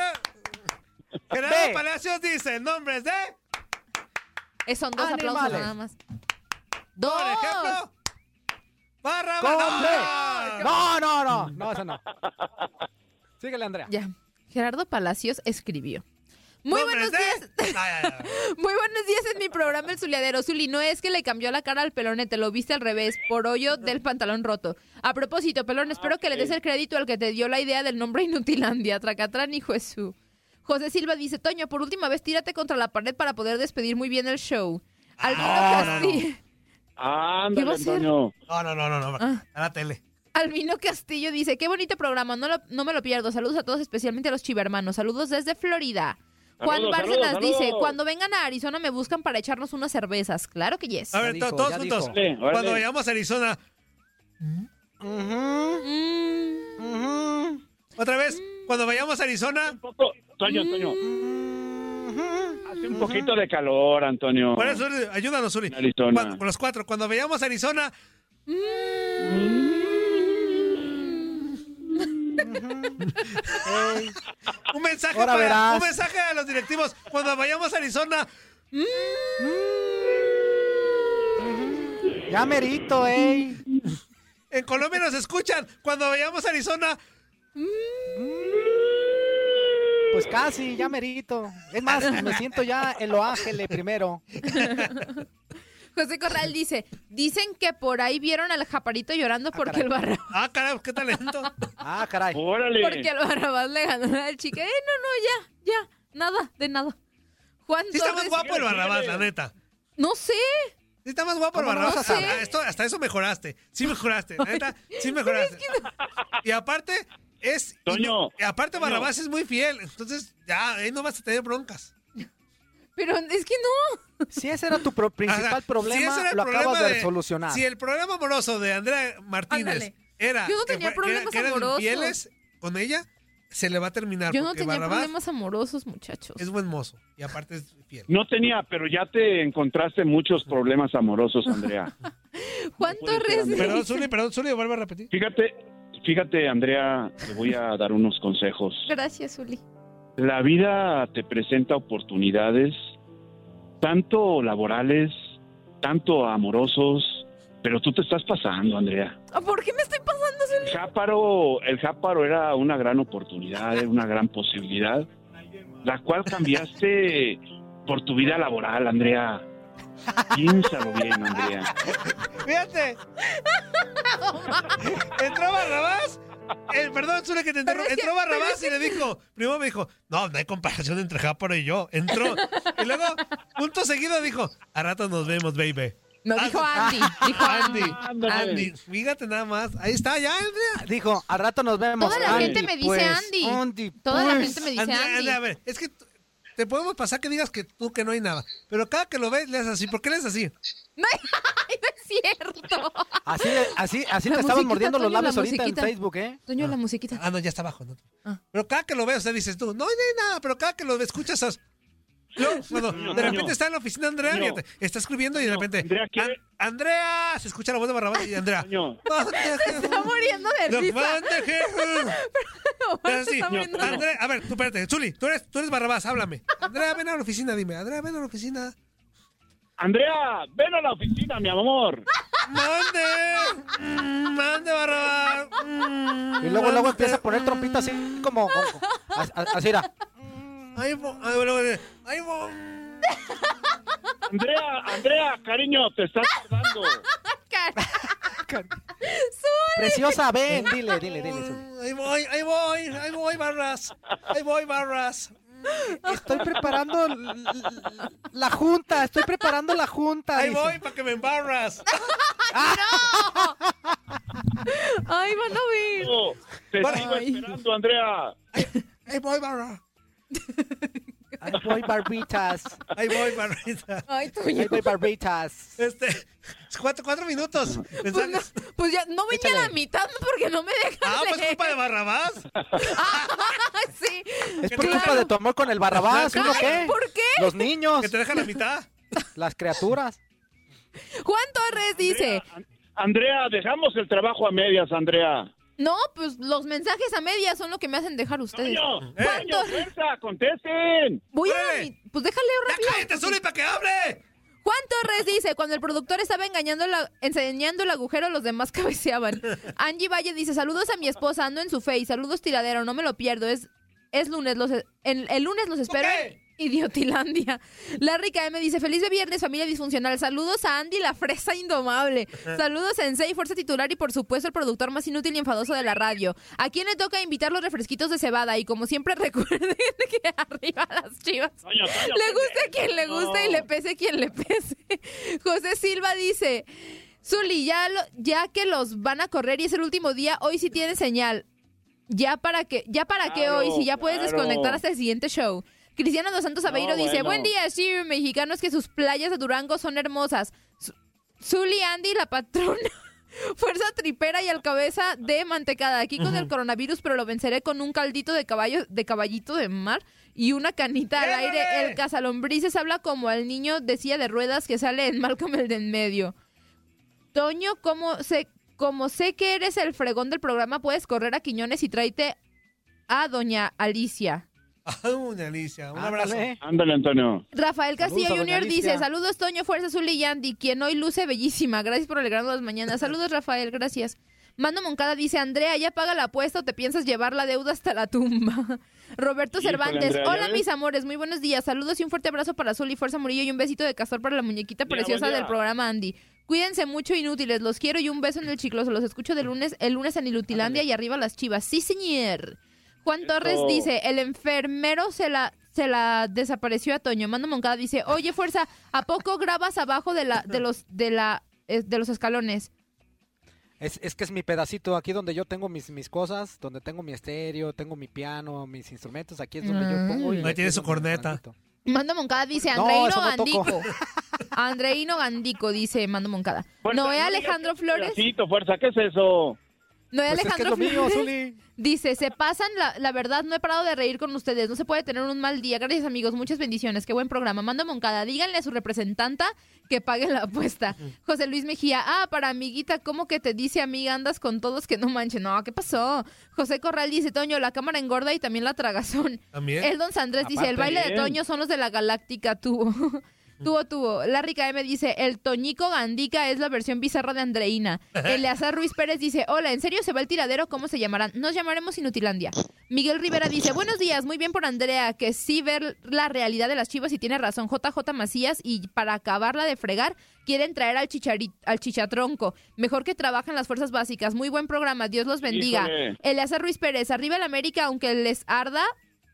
Speaker 6: Gerardo
Speaker 7: Ve.
Speaker 6: Palacios dice, nombres de...
Speaker 10: Eh, son dos aplausos
Speaker 7: Animales.
Speaker 10: nada más. Dos.
Speaker 6: Por ejemplo, barra
Speaker 7: Con
Speaker 6: Banana.
Speaker 7: B. No, no, no. No, eso no. Síguele, Andrea.
Speaker 10: Ya. Gerardo Palacios escribió. Muy
Speaker 6: Nombres
Speaker 10: buenos días. [LAUGHS] Muy buenos días en mi programa El Zuliadero. Zuli, no es que le cambió la cara al pelón, eh, te lo viste al revés, por hoyo del pantalón roto. A propósito, pelón, espero que le des el crédito al que te dio la idea del nombre Inutilandia, Tracatrán y Jesús. José Silva dice, Toño, por última vez tírate contra la pared para poder despedir muy bien el show. Albino Castillo. ¿Qué va
Speaker 5: Ándale,
Speaker 10: a hacer?
Speaker 5: Antonio.
Speaker 6: No, no, no, no, no.
Speaker 10: Ah.
Speaker 6: A la tele.
Speaker 10: Albino Castillo dice, qué bonito programa, no, lo- no me lo pierdo. Saludos a todos, especialmente a los chivermanos. Saludos desde Florida. Juan
Speaker 5: Saludos,
Speaker 10: Bárcenas
Speaker 5: saludos,
Speaker 10: dice,
Speaker 5: saludos.
Speaker 10: cuando vengan a Arizona me buscan para echarnos unas cervezas. Claro que
Speaker 5: Ah.
Speaker 10: yes.
Speaker 6: A ver,
Speaker 7: Ya dijo,
Speaker 6: todos
Speaker 7: ya
Speaker 6: juntos.
Speaker 7: dijo.
Speaker 5: Órale, órale.
Speaker 6: Cuando vayamos a Arizona,
Speaker 7: Ujú,
Speaker 10: Mm,
Speaker 7: ujú,
Speaker 6: otra vez, cuando vayamos a Arizona,
Speaker 5: Poco- Toño, Toño.
Speaker 10: Mm.
Speaker 7: ujú.
Speaker 5: Hace un poquito de calor, Antonio.
Speaker 6: por eso, ayúdanos, Uri.
Speaker 5: Arizona.
Speaker 6: Cuan- Con los cuatro, cuando vayamos a Arizona,
Speaker 7: Ey,
Speaker 6: un mensaje
Speaker 7: Ahora
Speaker 6: para,
Speaker 7: verás.
Speaker 6: un mensaje a los directivos. Cuando vayamos a Arizona,
Speaker 7: Ya merito, ey.
Speaker 6: en Colombia nos escuchan. Cuando vayamos a Arizona,
Speaker 7: Pues casi, ya merito. Es más, me siento ya en Los Ángeles primero.
Speaker 10: José Corral dice, dicen que por ahí vieron al japarito llorando porque el, barra,
Speaker 6: ah, carajo, qué talento.
Speaker 7: Ah, caray.
Speaker 5: Órale.
Speaker 10: porque el barrabás le ganó al chica. Eh, no, no, ya, ya, nada, de nada. Juan
Speaker 6: Sí está más
Speaker 10: Torres-
Speaker 6: guapo el Barrabás, la neta.
Speaker 10: No sé,
Speaker 6: Sí está más guapo el
Speaker 7: ¿Cómo no vas a
Speaker 6: Barrabás.
Speaker 7: saber?
Speaker 6: Ah, esto- hasta eso mejoraste. Sí mejoraste, la neta, sí mejoraste. Y aparte, es... y
Speaker 5: Toño.
Speaker 6: y aparte,
Speaker 5: Toño.
Speaker 6: Barrabás es muy fiel. Entonces, ya, ahí no vas a tener broncas.
Speaker 10: pero es que no.
Speaker 7: Si ese era tu pro- principal
Speaker 6: Ajá. Ah, Si
Speaker 7: problema,
Speaker 6: ese era el
Speaker 7: lo
Speaker 6: problema
Speaker 7: acabas de, solucionar.
Speaker 6: Si el problema amoroso de Andrea Martínez
Speaker 10: Ándale.
Speaker 6: era.
Speaker 10: Yo no
Speaker 6: que
Speaker 10: tenía
Speaker 6: fue- que
Speaker 10: problemas
Speaker 6: que eran
Speaker 10: amorosos.
Speaker 6: infieles con ella, se le va a terminar.
Speaker 10: Yo no
Speaker 6: porque
Speaker 10: tenía
Speaker 6: Barrabás
Speaker 10: problemas amorosos, muchachos.
Speaker 6: Es buen mozo y aparte es fiel.
Speaker 5: No tenía, pero ya te encontraste muchos problemas amorosos, Andrea.
Speaker 10: Juan
Speaker 5: puede ser,
Speaker 10: Torres
Speaker 5: Andrea.
Speaker 6: Perdón,
Speaker 10: dice-
Speaker 6: Zuli, perdón, Zuli, vuelve a repetir.
Speaker 5: Fíjate, fíjate, Andrea, te voy a dar unos consejos.
Speaker 10: Gracias, Zuli.
Speaker 5: La vida te presenta oportunidades, tanto laborales, tanto amorosos, pero tú te estás pasando, Andrea.
Speaker 10: Ah, ¿Por qué me estoy pasando, Zuli?
Speaker 5: El Jáparo, el Jáparo era una gran oportunidad, era una gran posibilidad, la cual cambiaste por tu vida laboral, Andrea. Piénsalo bien, Andrea.
Speaker 7: [LAUGHS]
Speaker 6: Fíjate. Entró Barrabás. eh, perdón, Zuli, que te
Speaker 10: Pero
Speaker 6: entró.
Speaker 10: es que-
Speaker 6: Entró
Speaker 10: pero
Speaker 6: Barrabás
Speaker 10: es
Speaker 6: y le dijo. Primero me dijo, no, no hay comparación entre Jáparo y yo. Entró. Y luego, punto seguido, dijo, a rato nos vemos, baby.
Speaker 10: No,
Speaker 6: Ah,
Speaker 10: dijo
Speaker 6: ah, [LAUGHS]
Speaker 10: Andy. Dijo
Speaker 6: Andy,
Speaker 10: Andy.
Speaker 6: Andy, fíjate nada más. Ahí está, ya, Andrea.
Speaker 7: Dijo, al rato nos vemos.
Speaker 10: Toda la
Speaker 7: Andy,
Speaker 10: gente me dice
Speaker 7: pues,
Speaker 10: Andy.
Speaker 7: Andy,
Speaker 10: Toda la
Speaker 7: pues.
Speaker 10: gente me dice
Speaker 6: Andrea,
Speaker 10: Andy.
Speaker 6: Andrea, a ver, es que t- te podemos pasar que digas que tú que no hay nada. Pero cada que lo ves, le haces así. ¿Por qué le haces así?
Speaker 10: No, [LAUGHS] ay, no es cierto.
Speaker 7: Así, así, así te
Speaker 10: La musiquita,
Speaker 7: estaban mordiendo los
Speaker 10: Toño, la
Speaker 7: labios ahorita
Speaker 10: musiquita.
Speaker 7: en Facebook,
Speaker 10: [LAUGHS]
Speaker 7: ¿eh?
Speaker 10: Toño, la musiquita.
Speaker 6: Ah, no, ya está abajo. ¿no?
Speaker 10: Ah.
Speaker 6: Pero cada que lo ves, o sea, dices tú, no, no hay nada. Pero cada que lo escuchas, esas- Luego, cuando de repente está en la oficina Andrea,
Speaker 5: Toño.
Speaker 6: fíjate, está escribiendo y de repente.
Speaker 5: Andrea quiere-
Speaker 6: "An- Andrea, se escucha la voz de Barrabás y Andrea.
Speaker 5: Toño.
Speaker 6: "¿Dónde
Speaker 10: Está muriendo de
Speaker 6: Jesús?
Speaker 10: risa.
Speaker 6: ¿Dónde Jesús?". Es
Speaker 10: Omar se
Speaker 6: así.
Speaker 10: está
Speaker 5: Toño,
Speaker 10: muriendo de-
Speaker 6: Andrea, a ver, tú espérate, Zuli, tú eres, tú eres Barrabás, háblame. Andrea, ven a la oficina, dime. Andrea, ven a la oficina.
Speaker 5: Andrea, ven a la oficina, mi amor.
Speaker 6: ¡Mande! Mm, ¡Mande, Barrabás! Mm,
Speaker 7: Y luego, luego
Speaker 6: mande.
Speaker 7: empieza a poner trompitas así como. como- a- a- Así era.
Speaker 6: Ay, bo- ay, bueno, bueno, ay, bo-
Speaker 5: Andrea, Andrea, cariño, te estás tardando.
Speaker 7: Preciosa, ven, dile, dile, dile. Zuli.
Speaker 6: Ahí voy, ahí voy, ahí voy, barras. Ahí voy, barras.
Speaker 7: Estoy preparando l- l- la junta, estoy preparando la junta.
Speaker 6: [LAUGHS] Ahí
Speaker 7: dice.
Speaker 6: voy para que me
Speaker 10: [LAUGHS]
Speaker 6: embarras.
Speaker 10: Ay, van a ver.
Speaker 5: Te
Speaker 6: Bueno.
Speaker 5: sigo esperando, Andrea.
Speaker 6: Ahí voy, barra.
Speaker 7: Ahí voy, barbitas.
Speaker 6: Ahí voy, barrita.
Speaker 10: Ay, tú.
Speaker 7: Ahí voy, barbitas.
Speaker 6: Este, cuatro, cuatro minutos. Mensajes.
Speaker 10: Pues ya no venía a la mitad porque no me dejan
Speaker 6: Ah, pues
Speaker 10: leer. Ah,
Speaker 6: culpa de
Speaker 10: [LAUGHS]
Speaker 6: Barrabás.
Speaker 10: sí.
Speaker 7: Es por
Speaker 10: Claro.
Speaker 7: culpa de tu amor con el Barrabás, ¿uno
Speaker 10: Ay,
Speaker 7: qué?
Speaker 10: ¿por qué?
Speaker 7: Los niños,
Speaker 6: Que te dejan la mitad.
Speaker 7: las criaturas.
Speaker 10: Juan Torres dice,
Speaker 5: Andrea, dejamos el trabajo a medias, Andrea.
Speaker 10: no, pues los mensajes a medias son lo que me hacen dejar ustedes.
Speaker 5: Coño,
Speaker 10: Juan
Speaker 5: coño,
Speaker 10: Torres,
Speaker 5: fuerza, contesten.
Speaker 10: voy a la mi- Pues déjale rápido.
Speaker 6: ¡Cállate, Zuli, para que hable!
Speaker 10: Juan Torres dice, cuando el productor estaba engañando la- enseñando el agujero, los demás [LAUGHS] cabeceaban. Angie Valle dice, saludos a mi esposa, ando en su face, saludos tiradero, no me lo pierdo, es, es lunes, los, en- el, lunes los espero. en Idiotilandia. Larry KM dice, feliz de viernes, familia disfuncional. Saludos a Andy, la fresa indomable. Saludos a Ensei, fuerza titular y por supuesto el productor más inútil y enfadoso de la radio. ¿A quién le toca invitar los refresquitos de cebada? Y como siempre [LAUGHS] recuerden que arriba las chivas.
Speaker 5: Coño, coño,
Speaker 10: Le gusta a quien le gusta
Speaker 5: No.
Speaker 10: y le pese a quien le pese. [LAUGHS] José Silva dice, Zuli, ya, lo- ya que los van a correr y es el último día, hoy sí tiene señal. Ya para qué, ya para qué
Speaker 5: Claro,
Speaker 10: hoy, si ya puedes
Speaker 5: claro.
Speaker 10: desconectar hasta el siguiente show. Cristiano dos Santos Aveiro dice,
Speaker 5: bueno.
Speaker 10: buen día, sí, mexicanos que sus playas de Durango son hermosas. Zu- Zuli, Andy, la patrona. [LAUGHS] Fuerza tripera y al cabeza de mantecada. Aquí con el coronavirus, pero lo venceré con un caldito de caballo, de caballito de mar y una canita al aire. El cazalombrices habla como al niño de silla de ruedas que sale en Malcolm el de en medio. Toño, como sé, como sé que eres el fregón del programa, puedes correr a Quiñones y tráete a doña Alicia.
Speaker 6: Ay, doña Alicia, un
Speaker 7: Ándale.
Speaker 6: abrazo.
Speaker 5: [LAUGHS] Ándale, Antonio.
Speaker 10: Rafael
Speaker 7: Saludos
Speaker 10: Castillo
Speaker 7: a doña
Speaker 10: Jr. dice,
Speaker 7: Alicia.
Speaker 10: saludos Toño, fuerza Zuli y Andy, quien hoy luce bellísima. Gracias por alegrarnos las mañanas. Saludos Rafael, gracias. Mando Moncada dice, Andrea, ya paga la apuesta o te piensas llevar la deuda hasta la tumba. Roberto
Speaker 5: Híjole,
Speaker 10: Cervantes,
Speaker 5: Andrea, ¿ya
Speaker 10: hola
Speaker 5: ves?
Speaker 10: mis amores, muy buenos días. Saludos y un fuerte abrazo para Zuli, fuerza Murillo y un besito de castor para la muñequita
Speaker 5: Mira,
Speaker 10: preciosa
Speaker 5: buen día.
Speaker 10: del programa Andy. Cuídense mucho, inútiles, los quiero y un beso en el chicloso. Los escucho de lunes, el lunes en Ilutilandia y arriba las chivas. Sí, señor. Juan Torres dice, el enfermero se la, se la desapareció a Toño. Mando Moncada dice, oye, fuerza, ¿a poco grabas abajo de la, de los, de la, eh, de los escalones?
Speaker 7: Es, es que es mi pedacito, aquí donde yo tengo mis, mis cosas, donde tengo mi estéreo, tengo mi piano, mis instrumentos, aquí es donde yo pongo. y
Speaker 6: Ahí tiene
Speaker 7: es
Speaker 6: su
Speaker 7: donde me
Speaker 6: corneta.
Speaker 7: transmito.
Speaker 10: Mando Moncada dice,
Speaker 7: No,
Speaker 10: Andreino
Speaker 7: eso no toco. [LAUGHS]
Speaker 10: Gandico. Andreino Gandico, dice Mando Moncada.
Speaker 5: Fuerza,
Speaker 10: Noé
Speaker 5: no
Speaker 10: Alejandro
Speaker 5: digas que es un
Speaker 10: Flores.
Speaker 5: pedacito, fuerza, ¿qué es eso?
Speaker 10: Noé
Speaker 7: Pues es que es
Speaker 10: Alejandro
Speaker 7: lo mío,
Speaker 10: Flores.
Speaker 7: Zuli.
Speaker 10: Dice, se pasan, la, la verdad no he parado de reír con ustedes, no se puede tener un mal día. Gracias amigos, muchas bendiciones, qué buen programa. Mando Moncada, díganle a su representanta que pague la apuesta. José Luis Mejía, ah, para amiguita, ¿cómo que te dice amiga andas con todos que no manchen? No, ¿qué pasó? José Corral dice, Toño, la cámara engorda y también la tragazón.
Speaker 6: También.
Speaker 10: El Don Sandrés dice, el
Speaker 7: Aparte,
Speaker 10: baile de
Speaker 5: bien.
Speaker 10: Toño son los de la Galáctica, tuvo. [LAUGHS] tuvo, tuvo. La rica M dice, el Toñico Gandica es la versión bizarra de Andreina. Eleazar Ruiz Pérez dice, hola, ¿en serio se va el tiradero? ¿Cómo se llamarán? Nos llamaremos Inutilandia. Miguel Rivera dice, buenos días, muy bien por Andrea, que sí ver la realidad de las chivas y tiene razón JJ Macías y para acabarla de fregar, quieren traer al, chichari- al chichatronco. Mejor que trabajan las fuerzas básicas. Muy buen programa, Dios los bendiga.
Speaker 5: Híjole.
Speaker 10: Eleazar Ruiz Pérez, arriba el América, aunque les arda,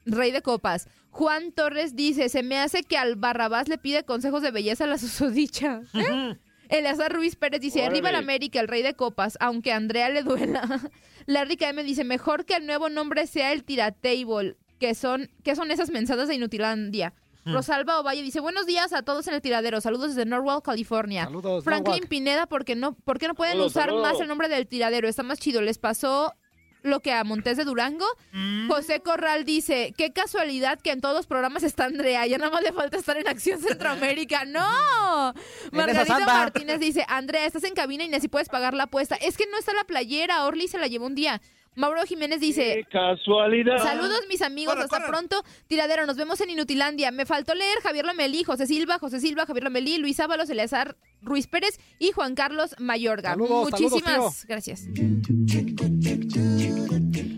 Speaker 10: rey de copas. Juan Torres dice, se me hace que al Barrabás le pide consejos de belleza a la [LAUGHS] susodicha. ¿Eh? Eleazar Ruiz Pérez dice,
Speaker 5: Órale.
Speaker 10: arriba el América, el rey de copas, aunque a Andrea le duela. [LAUGHS] Larry me dice, mejor que el nuevo nombre sea el tiratable, que son, que son esas mensadas de Inutilandia. Rosalba Ovalle dice, buenos días a todos en el tiradero, saludos desde Norwalk, California.
Speaker 7: Saludos,
Speaker 10: Franklin
Speaker 7: Nahuac.
Speaker 10: Pineda, ¿por qué no, por qué no pueden
Speaker 5: Saludos,
Speaker 10: usar
Speaker 5: saludos.
Speaker 10: más el nombre del tiradero? Está más chido. Les pasó lo que a Montes de Durango. José Corral dice, qué casualidad que en todos los programas está Andrea. Ya nada más le falta estar en Acción Centroamérica. ¡No!
Speaker 7: En esas
Speaker 10: Margarita
Speaker 7: anda.
Speaker 10: Martínez dice, Andrea, estás en cabina y ni así puedes pagar la apuesta. Es que no está la playera. Orly se la llevó un día. Mauro Jiménez dice,
Speaker 5: Qué casualidad.
Speaker 10: Saludos, mis amigos.
Speaker 6: Corran,
Speaker 10: Hasta
Speaker 6: corran.
Speaker 10: pronto. Tiradero, nos vemos en Inutilandia. Me faltó leer Javier Lomelí, José Silva, José Silva, Javier Lomelí, Luis Ábalos, Eleazar Ruiz Pérez y Juan Carlos Mayorga.
Speaker 7: Saludos,
Speaker 10: Muchísimas
Speaker 7: saludos,
Speaker 10: gracias.